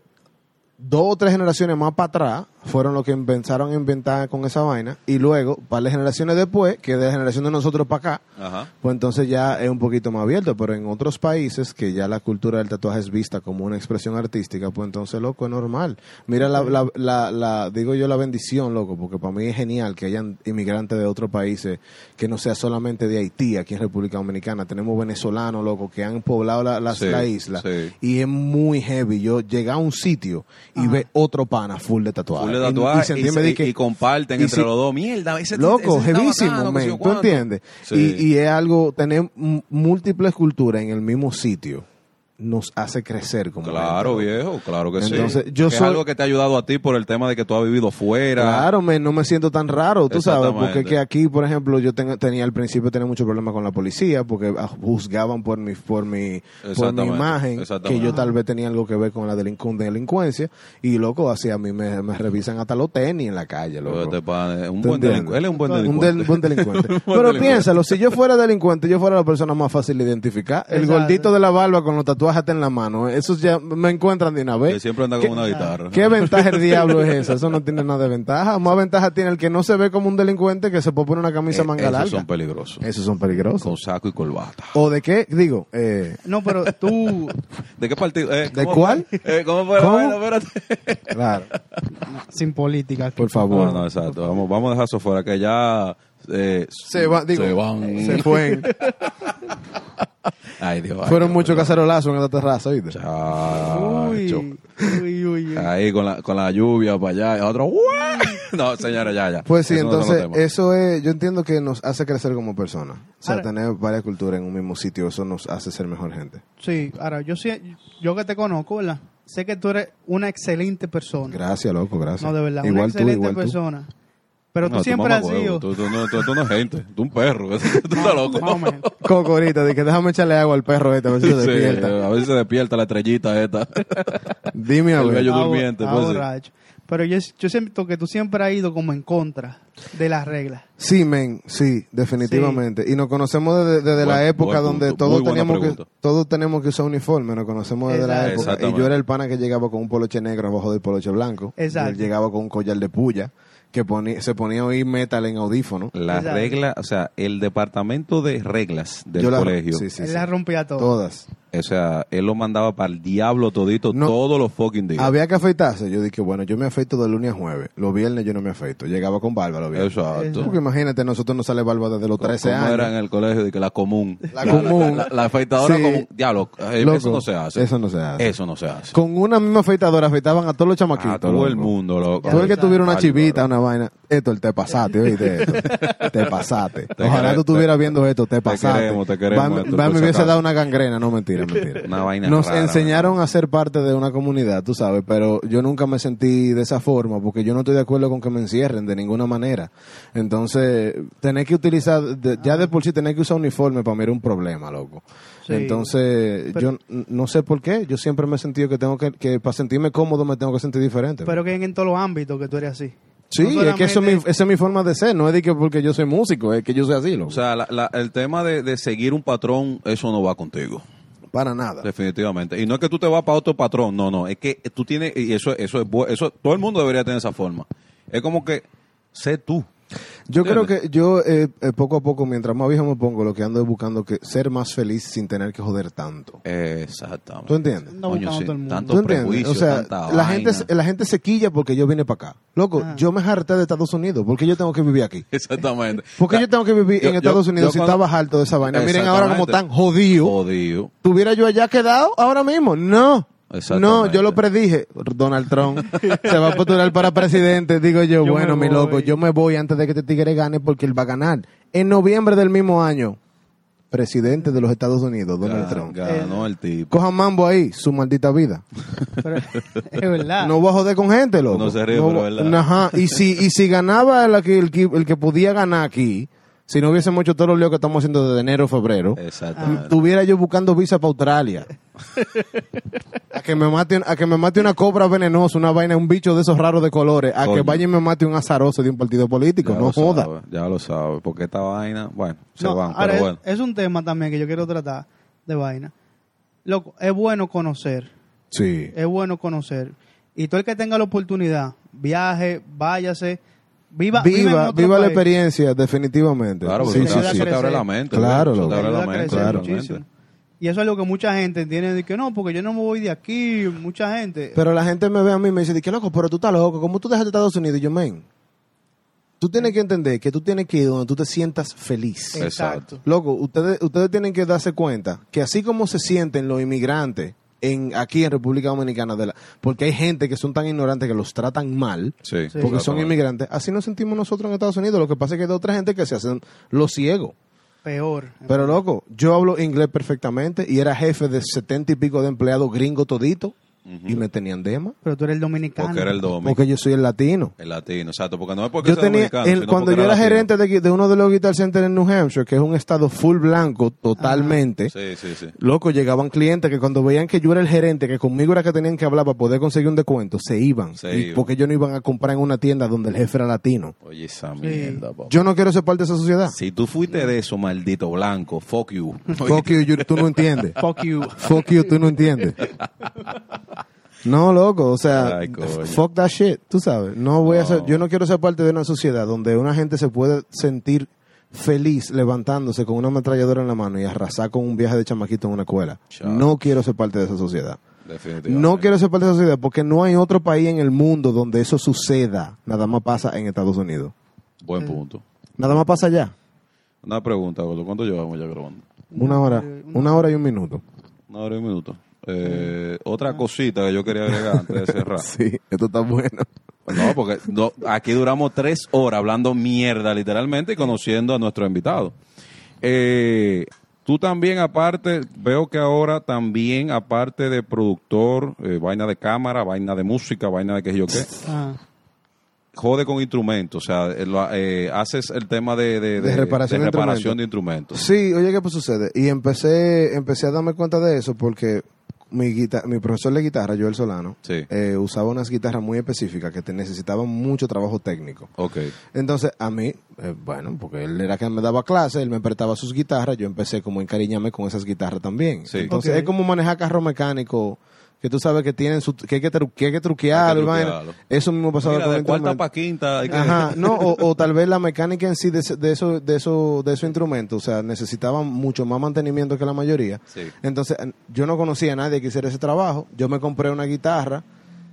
S3: dos o tres generaciones más para atrás fueron los que empezaron a inventar con esa vaina. Y luego, para las generaciones después, que de la generación de nosotros para acá,
S1: Ajá.
S3: pues entonces ya es un poquito más abierto. Pero en otros países que ya la cultura del tatuaje es vista como una expresión artística, pues entonces, loco, es normal. Mira, la, la- la- la- digo yo la bendición, loco, porque para mí es genial que hayan inmigrantes de otros países que no sea solamente de Haití, aquí en República Dominicana. Tenemos venezolanos, loco, que han poblado la, las-
S1: Sí,
S3: la isla.
S1: sí.
S3: Y es muy heavy. Yo llegué a un sitio y ve otro pana full de tatuaje.
S1: Full de
S3: Y-
S1: tatuajes
S3: y, sentí-
S1: y,
S3: me di que-
S1: y comparten
S3: y
S1: entre
S3: si-
S1: los dos. Mierda, ese este,
S3: Loco,
S1: ese está
S3: jevísimo,
S1: bacano, que sé yo
S3: men, ¿tú
S1: cuánto.
S3: entiendes?
S1: Sí.
S3: Y, y es algo, tener m- múltiples culturas en el mismo sitio nos hace crecer como
S1: Claro,
S3: gente, loco.
S1: viejo, claro que sí.
S3: Entonces, yo
S1: Que
S3: soy-
S1: Es algo que te ha ayudado a ti por el tema de que tú has vivido fuera.
S3: Claro, men, no me siento tan raro, tú sabes,
S1: Exactamente.
S3: porque que aquí, por ejemplo, yo tengo- tenía al principio tenía mucho problema con la policía porque ah, juzgaban por mi por mi por mi
S1: Exactamente,
S3: imagen que
S1: exactamente.
S3: yo tal vez tenía algo que ver con la delincu- con delincuencia y loco, así a mí me, me revisan hasta los tenis en la calle,
S1: Pero
S3: loco.
S1: este pana es un
S3: ¿Tú
S1: buen
S3: entiendes?
S1: delincu- Él es un buen
S3: Un
S1: delincuente.
S3: del- buen delincuente.
S1: Un buen
S3: Pero
S1: delincuente.
S3: piénsalo, si yo fuera delincuente, yo fuera la persona más fácil de identificar. El
S2: Exacto.
S3: gordito de la barba con los tatuajes hasta en la mano, eh, esos ya me encuentran de una
S1: Que
S3: vez.
S1: siempre anda con una guitarra.
S3: ¿Qué ventaja el diablo es esa? Eso no tiene nada de ventaja. Más ventaja tiene el que no se ve como un delincuente que se puede poner una camisa
S1: Eh,
S3: manga
S1: esos
S3: larga. Eh,
S1: son peligrosos.
S3: Esos son peligrosos.
S1: Con saco y corbata.
S3: ¿O de qué? Digo, eh,
S2: No, pero tú,
S1: ¿De qué partido? Eh,
S3: ¿De
S1: ¿cómo
S3: cuál?
S1: fue? Eh, ¿Cómo fue? la
S3: ¿Cómo?
S1: vaina? Espérate.
S3: claro,
S2: sin política. aquí.
S3: por favor.
S1: No, no, exacto. Vamos, vamos a dejar eso fuera, que ya... eh,
S3: Se va, digo,
S4: Se van.
S3: se fueron.
S4: Ay, Dios. ay,
S3: Fueron
S4: Dios.
S3: muchos cacerolazos en esta terraza, ¿oíste?
S1: chacho.
S2: Uy, uy, uy, uy.
S1: Ahí con la, con la lluvia para allá. y otro... ¡guau! No, señora, ya, ya.
S3: Pues sí,
S1: Eso no son los
S3: entonces
S1: temas.
S3: eso es, yo entiendo que nos hace crecer como personas. O sea,
S2: Ahora-
S3: tener varias culturas en un mismo sitio, eso nos hace ser mejor gente.
S2: Sí, ahora yo sí, yo que te conozco, ¿verdad? Sé que tú eres una excelente persona.
S3: Gracias, loco, gracias.
S2: No, de verdad, una
S3: Igual tú,
S2: excelente
S3: igual tú.
S2: persona. Pero tú
S1: No,
S2: siempre
S1: mamá
S2: has
S1: huevo,
S2: sido.
S1: Tú, tú no, tú- tú no es gente, tú un perro. Tú estás loco.
S2: Más o menos.
S3: Coco ahorita, de que déjame echarle agua al perro este, a ver si
S1: Sí,
S3: se despierta.
S1: a veces se despierta la estrellita esta.
S3: Dime a
S1: El
S3: ver.
S1: bello- Yo
S2: Ah,
S1: durmiente,
S2: ah,
S1: pues, sí.
S2: borracho. Pero yo, yo siento que tú siempre has ido como en contra de las reglas.
S3: Sí, men, sí, definitivamente. Y nos conocemos desde, desde la
S1: Buen-
S3: época
S1: buen
S3: donde
S1: punto,
S3: todos
S1: muy buena
S3: teníamos que
S1: pregunta.
S3: todos tenemos que usar uniforme, nos conocemos desde la
S2: Exacto.
S3: época. Y yo
S1: Exactamente.
S3: era el pana que llegaba con un poloche negro abajo del poloche blanco.
S2: Exacto.
S3: Él llegaba con un collar de puya que ponía- se ponía a oír metal en audífono.
S1: La
S2: Exacto.
S1: regla, o sea, el departamento de reglas del
S3: Yo la-
S1: colegio,
S3: sí, sí,
S2: Él
S3: sí.
S2: las rompía todo.
S3: Todas.
S1: o sea, él lo mandaba para el diablo todito
S3: No.
S1: todos los fucking días.
S3: Había que afeitarse. Yo dije, bueno, yo me afeito de lunes a jueves. Los viernes yo no me afeito. Llegaba con barba los viernes.
S1: Exacto.
S3: Porque imagínate, nosotros no sale barba desde los 13
S1: ¿Cómo
S3: años.
S1: era en el colegio? De que la común.
S3: La común.
S1: La, la afeitadora
S3: Sí.
S1: común. Diablo, eh,
S3: Loco,
S1: eso no se hace.
S3: Eso no se hace.
S1: Eso no se hace.
S3: Con una misma afeitadora afeitaban a todos los chamaquitos.
S1: A todo el
S3: loco.
S1: mundo, loco.
S3: Todo el que tuviera una
S1: Bárbaro.
S3: chivita, una vaina. Esto, el te pasaste, oíste. Esto. Te pasaste. Ojalá
S1: quere-
S3: tú estuvieras viendo esto, te
S1: te
S3: pasaste.
S1: queremos, te queremos,
S3: Va-
S1: Héctor,
S3: va-
S1: por
S3: me
S1: si
S3: hubiese
S1: acaso.
S3: dado una gangrena, no mentira, mentira.
S1: Una vaina
S3: Nos
S1: rara,
S3: enseñaron a ser parte de una comunidad, tú sabes, pero yo nunca me sentí de esa forma porque yo no estoy de acuerdo con que me encierren de ninguna manera. Entonces, tener que utilizar, de- ya de por sí tener que usar uniforme para mí era un problema, loco.
S2: Sí.
S3: Entonces,
S2: Pero-
S3: yo n- no sé por qué, yo siempre me he sentido que tengo que, que para sentirme cómodo me tengo que sentir diferente.
S2: Pero que en, en todos los ámbitos que tú eres así.
S3: Sí,
S2: No
S3: es que eso es mi,
S2: solamente-
S3: esa es mi forma de ser, no es de que porque yo soy músico, es que yo soy así, loco.
S1: O sea, la- la- el tema de, de seguir un patrón, eso no va contigo.
S3: para nada.
S1: Definitivamente. Y no es que tú te vas para otro patrón, no, no. Es que tú tienes, y eso, eso es bu- eso, todo el mundo debería tener esa forma. Es como que, sé tú.
S3: Yo creo
S1: ¿Entiendes?
S3: que yo eh, eh, poco a poco, mientras más viejo me pongo, lo que ando es buscando que ser más feliz sin tener que joder tanto.
S1: Exactamente.
S3: ¿Tú entiendes?
S2: Anda buscando
S1: Coño, sí,
S2: todo el mundo.
S1: tanto
S3: ¿Tú entiendes?
S1: prejuicio,
S3: O sea,
S1: tanta
S3: la
S1: vaina.
S3: gente, se- la gente se quilla porque yo vine para acá. Loco,
S2: Ah.
S3: yo me harté de Estados Unidos. ¿Por qué yo tengo que vivir aquí?
S1: Exactamente.
S3: ¿Por qué yo tengo que vivir
S1: Yo-
S3: en
S1: yo-
S3: Estados Unidos
S1: yo
S3: si
S1: cuando-
S3: estaba harto de esa vaina? Miren ahora como tan
S1: Exactamente.
S3: jodido.
S1: Jodido.
S3: ¿Tuviera yo allá quedado ahora mismo? No.
S1: Exactamente.
S3: No, yo lo predije. Donald Trump se va a postular para presidente. Digo yo,
S2: Yo
S3: bueno,
S2: me
S3: mi
S2: voy.
S3: loco, yo me voy antes de que este tigre gane porque él va a ganar. En noviembre del mismo año. presidente de los Estados Unidos, Donald Trump.
S1: Ganó el tipo.
S3: Cojan mambo ahí, su maldita vida.
S2: Pero, es verdad.
S3: No voy a joder con gente, loco.
S1: Ah. No se ríe, pero
S3: voy-
S1: es verdad.
S3: Ajá. Y si, y si ganaba el, aquí- el, que- el que podía ganar aquí, si no hubiésemos hecho todos los líos que estamos haciendo desde enero a febrero,
S1: Exactamente.
S3: tuviera yo buscando visa para Australia. a, que me mate, a que me mate una cobra venenosa, una vaina, un bicho de esos raros de colores. A que
S1: Coño.
S3: vaya y me mate un azaroso de un partido político.
S1: Ya
S3: no
S1: lo
S3: joda.
S1: sabe, ya lo sabe, porque esta vaina, bueno, se
S2: No,
S1: van,
S2: ahora
S1: pero
S2: es,
S1: bueno.
S2: es un tema también que yo quiero tratar de vaina. Loco, es bueno conocer.
S3: Sí.
S2: Es bueno conocer. Y todo el que tenga la oportunidad, viaje, váyase, viva, viva, en
S3: Viva,
S2: otro
S3: viva la
S2: país.
S3: experiencia, definitivamente.
S1: Claro,
S3: sí,
S1: porque
S2: te
S3: sí,
S2: ayuda a
S3: sí.
S1: eso te abre
S2: crecer.
S1: la mente.
S3: Claro,
S1: eso te
S3: loco.
S1: abre
S2: Te
S1: la
S2: ayuda a
S1: mente.
S2: crecer
S3: claro.
S2: muchísimo.
S1: totalmente.
S2: Y eso es lo que mucha gente entiende, de que no, porque yo no me voy de aquí, mucha gente.
S3: Pero la gente me ve a mí y me dice, que loco, pero tú estás loco, ¿cómo tú dejaste Estados Unidos? Y yo, men, tú tienes que entender que tú tienes que ir donde tú te sientas feliz.
S1: Eh.
S2: Exacto.
S3: Loco, ustedes, ustedes tienen que darse cuenta que así como se sienten los inmigrantes en, aquí en República Dominicana, de la, porque hay gente que son tan ignorantes que los tratan mal,
S1: Sí,
S2: Sí.
S3: porque son
S1: exactamente.
S3: inmigrantes, así nos sentimos nosotros en Estados Unidos. Lo que pasa es que hay otra gente que se hacen los ciegos.
S2: Peor.
S3: Pero loco, yo hablo inglés perfectamente y era jefe de setenta y pico de empleados gringos todito y me tenían dema.
S2: Pero tú eres el dominicano.
S1: Porque era el dominicano,
S3: Porque yo soy el latino.
S1: el latino, exacto, porque no es porque
S3: Yo
S1: sea
S3: tenía,
S1: dominicano,
S3: el-
S1: sino
S3: cuando
S1: porque
S3: yo era
S1: latino.
S3: gerente de, de uno de los Guitar Center en New Hampshire, que es un estado full blanco totalmente,
S1: Sí, sí, sí.
S3: loco, llegaban clientes que cuando veían que yo era el gerente, que conmigo era que tenían que hablar para poder conseguir un descuento, se iban.
S1: Se
S3: Y-
S1: iban.
S3: Porque ellos no iban a comprar en una tienda donde el jefe era latino.
S1: Oye, esa mierda, papá.
S3: Yo no quiero ser parte de esa sociedad.
S1: Si tú fuiste de eso, maldito blanco, fuck you.
S3: Fuck you, you- tú no entiendes.
S2: Fuck you.
S3: Fuck you, tú no entiendes. No, loco, o sea,
S1: Ay, coño.
S3: f- fuck that shit, tú sabes. No voy a
S1: No.
S3: ser, yo no quiero ser parte de una sociedad donde una gente se puede sentir feliz levantándose con una ametralladora en la mano y arrasar con un viaje de chamaquito en una escuela.
S1: Chao.
S3: No quiero ser parte de esa sociedad.
S1: Definitivamente.
S3: No quiero ser parte de esa sociedad porque no hay otro país en el mundo donde eso suceda. Nada más pasa en Estados Unidos.
S1: Buen punto.
S3: Nada más pasa allá.
S1: Una pregunta, Gordo, ¿cuánto llevamos ya grabando?
S3: Una hora, una hora y un minuto.
S1: Una hora y un minuto. Eh, Otra cosita que yo quería agregar antes de cerrar.
S3: Sí, esto está bueno.
S1: No, porque no- aquí duramos tres horas hablando mierda, literalmente, y conociendo a nuestro invitado. Eh, tú también, aparte, veo que ahora también, aparte de productor, eh, vaina de cámara, vaina de música, vaina de qué sé yo qué,
S2: Ah,
S1: jode con instrumentos. O sea, eh, lo- eh, haces el tema de, de,
S3: De reparación de
S1: reparación de instrumentos.
S3: Sí, oye, ¿qué pues sucede? Y empecé, empecé a darme cuenta de eso porque mi, guita- mi profesor de guitarra, Joel Solano,
S1: Sí.
S3: eh, usaba unas guitarras muy específicas que te necesitaban mucho trabajo técnico.
S1: Ok.
S3: Entonces, a mí, eh, bueno, porque él era quien me daba clase, él me prestaba sus guitarras, yo empecé como a encariñarme con esas guitarras también.
S1: Sí.
S3: Entonces,
S2: Ok.
S3: es como manejar carro mecánico, que tú sabes que tienen su, que hay que, tru- que hay que truquearlo, y vaina.
S1: truquearlo.
S3: Eso mismo pasaba
S1: Mira,
S3: con
S1: de
S3: el
S1: cuarta
S3: instrumento.
S1: para quinta. hay que-
S3: Ajá, no, o, o tal vez la mecánica en sí de, ese- de, eso, de, eso, de esos instrumentos, o sea, necesitaban mucho más mantenimiento que la mayoría.
S1: Sí.
S3: Entonces, yo no conocía a nadie que hiciera ese trabajo. Yo me compré una guitarra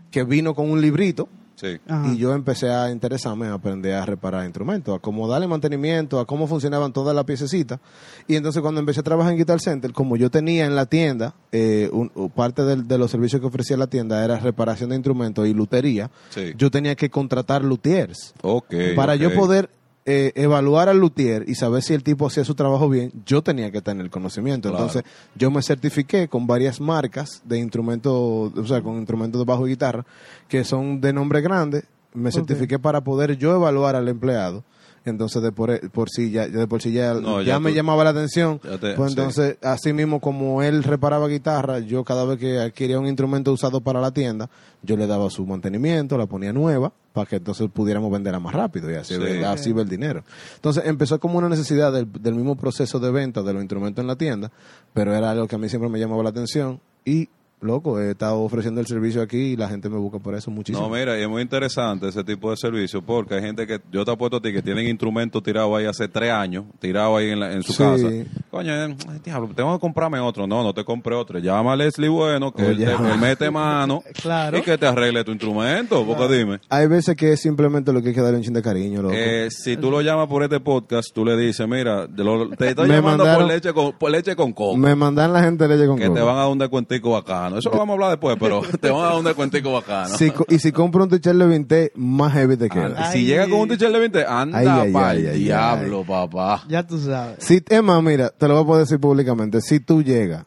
S3: que vino con un librito
S1: Sí.
S2: ajá.
S3: y yo empecé a interesarme, a aprender a reparar instrumentos, a cómo darle mantenimiento, a cómo funcionaban todas las piececitas. Y entonces cuando empecé a trabajar en Guitar Center, como yo tenía en la tienda, eh, un- o parte del- de los servicios que ofrecía la tienda era reparación de instrumentos y lutería,
S1: Sí.
S3: yo tenía que contratar luthiers.
S1: Ok.
S3: Para
S1: ok.
S3: yo poder eh, evaluar al luthier y saber si el tipo hacía su trabajo bien, yo tenía que tener el conocimiento.
S1: Claro.
S3: Entonces, yo me certifiqué con varias marcas de instrumentos, o sea, con instrumentos de bajo y guitarra, que son de nombre grande. Me certifiqué para poder yo evaluar al empleado. Entonces, de por, eh, por sí ya, ya de por sí ya,
S1: No,
S3: ya
S1: ya
S3: me
S1: tú-
S3: llamaba la atención.
S1: Ya te-
S3: pues
S1: sí.
S3: entonces, así mismo como él reparaba guitarra, yo cada vez que adquiría un instrumento usado para la tienda, yo le daba su mantenimiento, la ponía nueva, para que entonces pudiéramos venderla más rápido y así,
S1: Sí.
S3: ve- así ve el dinero. Entonces empezó como una necesidad del, del mismo proceso de venta de los instrumentos en la tienda, pero era algo que a mí siempre me llamaba la atención y, loco, he estado ofreciendo el servicio aquí y la gente me busca por eso muchísimo.
S1: No, mira, y es muy interesante ese tipo de servicio porque hay gente que, yo te apuesto a ti, que tienen instrumentos tirados ahí hace tres años, tirados ahí en, la- en su
S3: Sí.
S1: casa. Coño, eh, ay, diablo, tengo que comprarme otro. No, no te compré otro. Llama a Leslie Bueno, que él,
S3: Oye.
S1: te, él mete mano
S2: Claro.
S1: y que te arregle tu instrumento, porque dime.
S3: Hay veces que es simplemente lo que hay que darle un chin de cariño, loco.
S1: eh, si tú lo llamas por este podcast, tú le dices, mira, de lo- te estoy
S3: Me
S1: llamando
S3: mandaron-
S1: por, leche con, por leche con coco,
S3: me mandan la gente leche con
S1: que te
S3: coco.
S1: van a dar un descuentico bacano. Eso lo vamos a hablar después, pero
S4: Te van a dar un descuentico bacano.
S3: Si co- y si compro un t-shirt de 20, más heavy
S1: Ah,
S3: te queda.
S1: anda, si llega con un t-shirt de 20,
S3: Ay,
S1: anda
S3: ay,
S1: pa'l
S3: ay, ay, ay.
S1: diablo, papá.
S2: Ya tú sabes.
S3: Si, Emma, mira, te lo voy a poder decir públicamente. Si tú llegas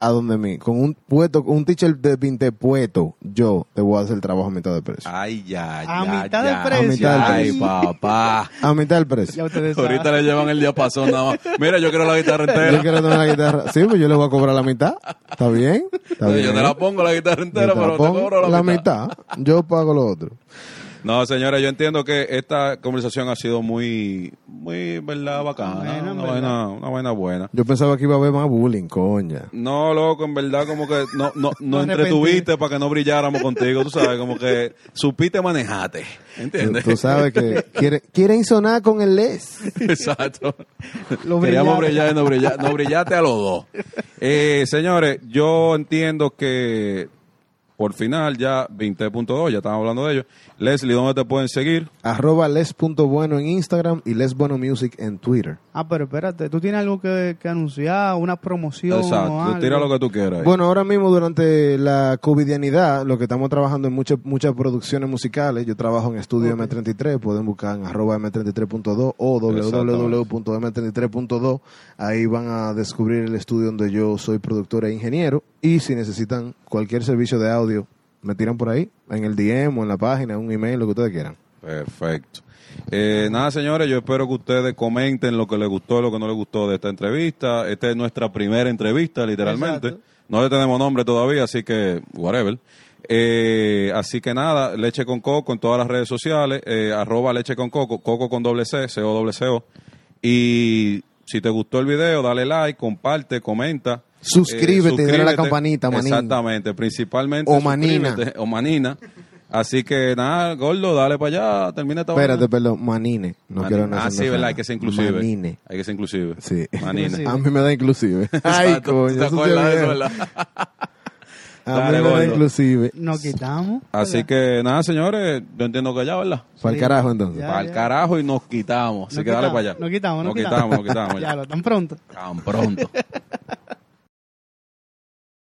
S3: a donde mí, con un puesto, un teacher de 20 puesto, yo te voy a hacer el trabajo a mitad de precio.
S1: Ay, ya,
S2: A
S1: ya,
S2: mitad de
S1: ya.
S2: precio.
S3: A mitad de
S1: Ay,
S3: precio.
S1: papá.
S3: A mitad del precio.
S2: Ya ustedes saben.
S1: Ahorita le llevan el diapasón nada más. Mira, yo quiero la guitarra
S3: Yo
S1: entera.
S3: quiero tener la guitarra. Sí, pues yo le voy a cobrar la mitad. ¿Está bien? ¿Está bien?
S1: Yo te la pongo la guitarra
S3: Yo te
S1: entera,
S3: la
S1: pero te
S3: pongo
S1: cobro
S3: la mitad. Yo pago lo otro.
S1: No, señora, yo entiendo que esta conversación ha sido muy, muy, ¿verdad? Bacana. una,
S2: Buena, ¿verdad?
S1: vaina, una vaina buena.
S3: Yo pensaba que iba a haber más bullying, coña.
S1: No, loco, en verdad, como que no, no, no
S2: Me arrepentí.
S1: entretuviste para que no brilláramos contigo, tú sabes, como que supiste manejate, ¿entiendes?
S3: Tú sabes que quieren, quieren sonar con el les.
S1: Exacto.
S2: Lo
S1: Queríamos brillar
S2: brillaron.
S1: y no, brilla- no brillaste a los dos. Eh, señores, yo entiendo que por final ya 20.2, ya estamos hablando de ello. Leslie, ¿dónde te pueden seguir?
S3: Arroba les.bueno en Instagram y lesbonomusic en Twitter.
S2: Ah, pero espérate, tú tienes algo que, que anunciar, una promoción. o
S1: Exacto,
S2: algo?
S1: tira lo que tú quieras. ahí.
S3: Bueno, ahora mismo durante la covidianidad, lo que estamos trabajando en muchas muchas producciones musicales, yo trabajo en estudio M33, pueden buscar en arroba M33.2 o www.m33.2, ahí van a descubrir el estudio donde yo soy productor e ingeniero y si necesitan cualquier servicio de audio, me tiran por ahí, en el DM o en la página, un email, lo que ustedes quieran.
S1: Perfecto. Eh, nada, señores, yo espero que ustedes comenten lo que les gustó, lo que no les gustó de esta entrevista. Esta es nuestra primera entrevista, literalmente.
S2: Exacto.
S1: No le tenemos nombre todavía, así que, whatever. Eh, así que nada, Leche con Coco en todas las redes sociales, eh, arroba Leche con Coco, Coco con doble C, C O doble C O. Y si te gustó el video, dale like, comparte, comenta.
S3: Suscríbete, dale a la
S1: suscríbete.
S3: campanita, manín.
S1: Exactamente, principalmente.
S3: O manina.
S1: suscríbete, O manina. Así que nada, gordo, dale para allá, termina esta
S3: Espérate,
S1: vaina.
S3: perdón, manine, no
S1: Mani-
S3: quiero nada.
S1: Ah, sí, ¿verdad? Hay que ser inclusive.
S3: Manine.
S1: Hay que ser inclusive.
S3: Sí.
S1: Manine.
S2: Inclusive.
S3: A mí me da inclusive. Ay,
S1: Exacto,
S3: coño,
S1: ¿tú
S3: eso
S1: te
S3: sí
S1: acuerdas de
S3: es
S1: eso,
S3: viejo.
S1: verdad?
S3: A mí
S1: Dale,
S3: me da
S1: gordo.
S3: inclusive.
S2: Nos quitamos.
S1: Así
S2: ¿verdad?
S1: que nada, señores, yo entiendo que ya, ¿verdad?
S3: Para el
S2: Sí.
S3: carajo entonces.
S2: Ya,
S1: Para el carajo y nos quitamos. Así
S2: Nos
S1: que dale
S2: quitamos,
S1: para allá.
S2: Nos quitamos,
S1: nos quitamos. Nos quitamos, ya.
S2: ya lo, tan pronto.
S1: Tan pronto.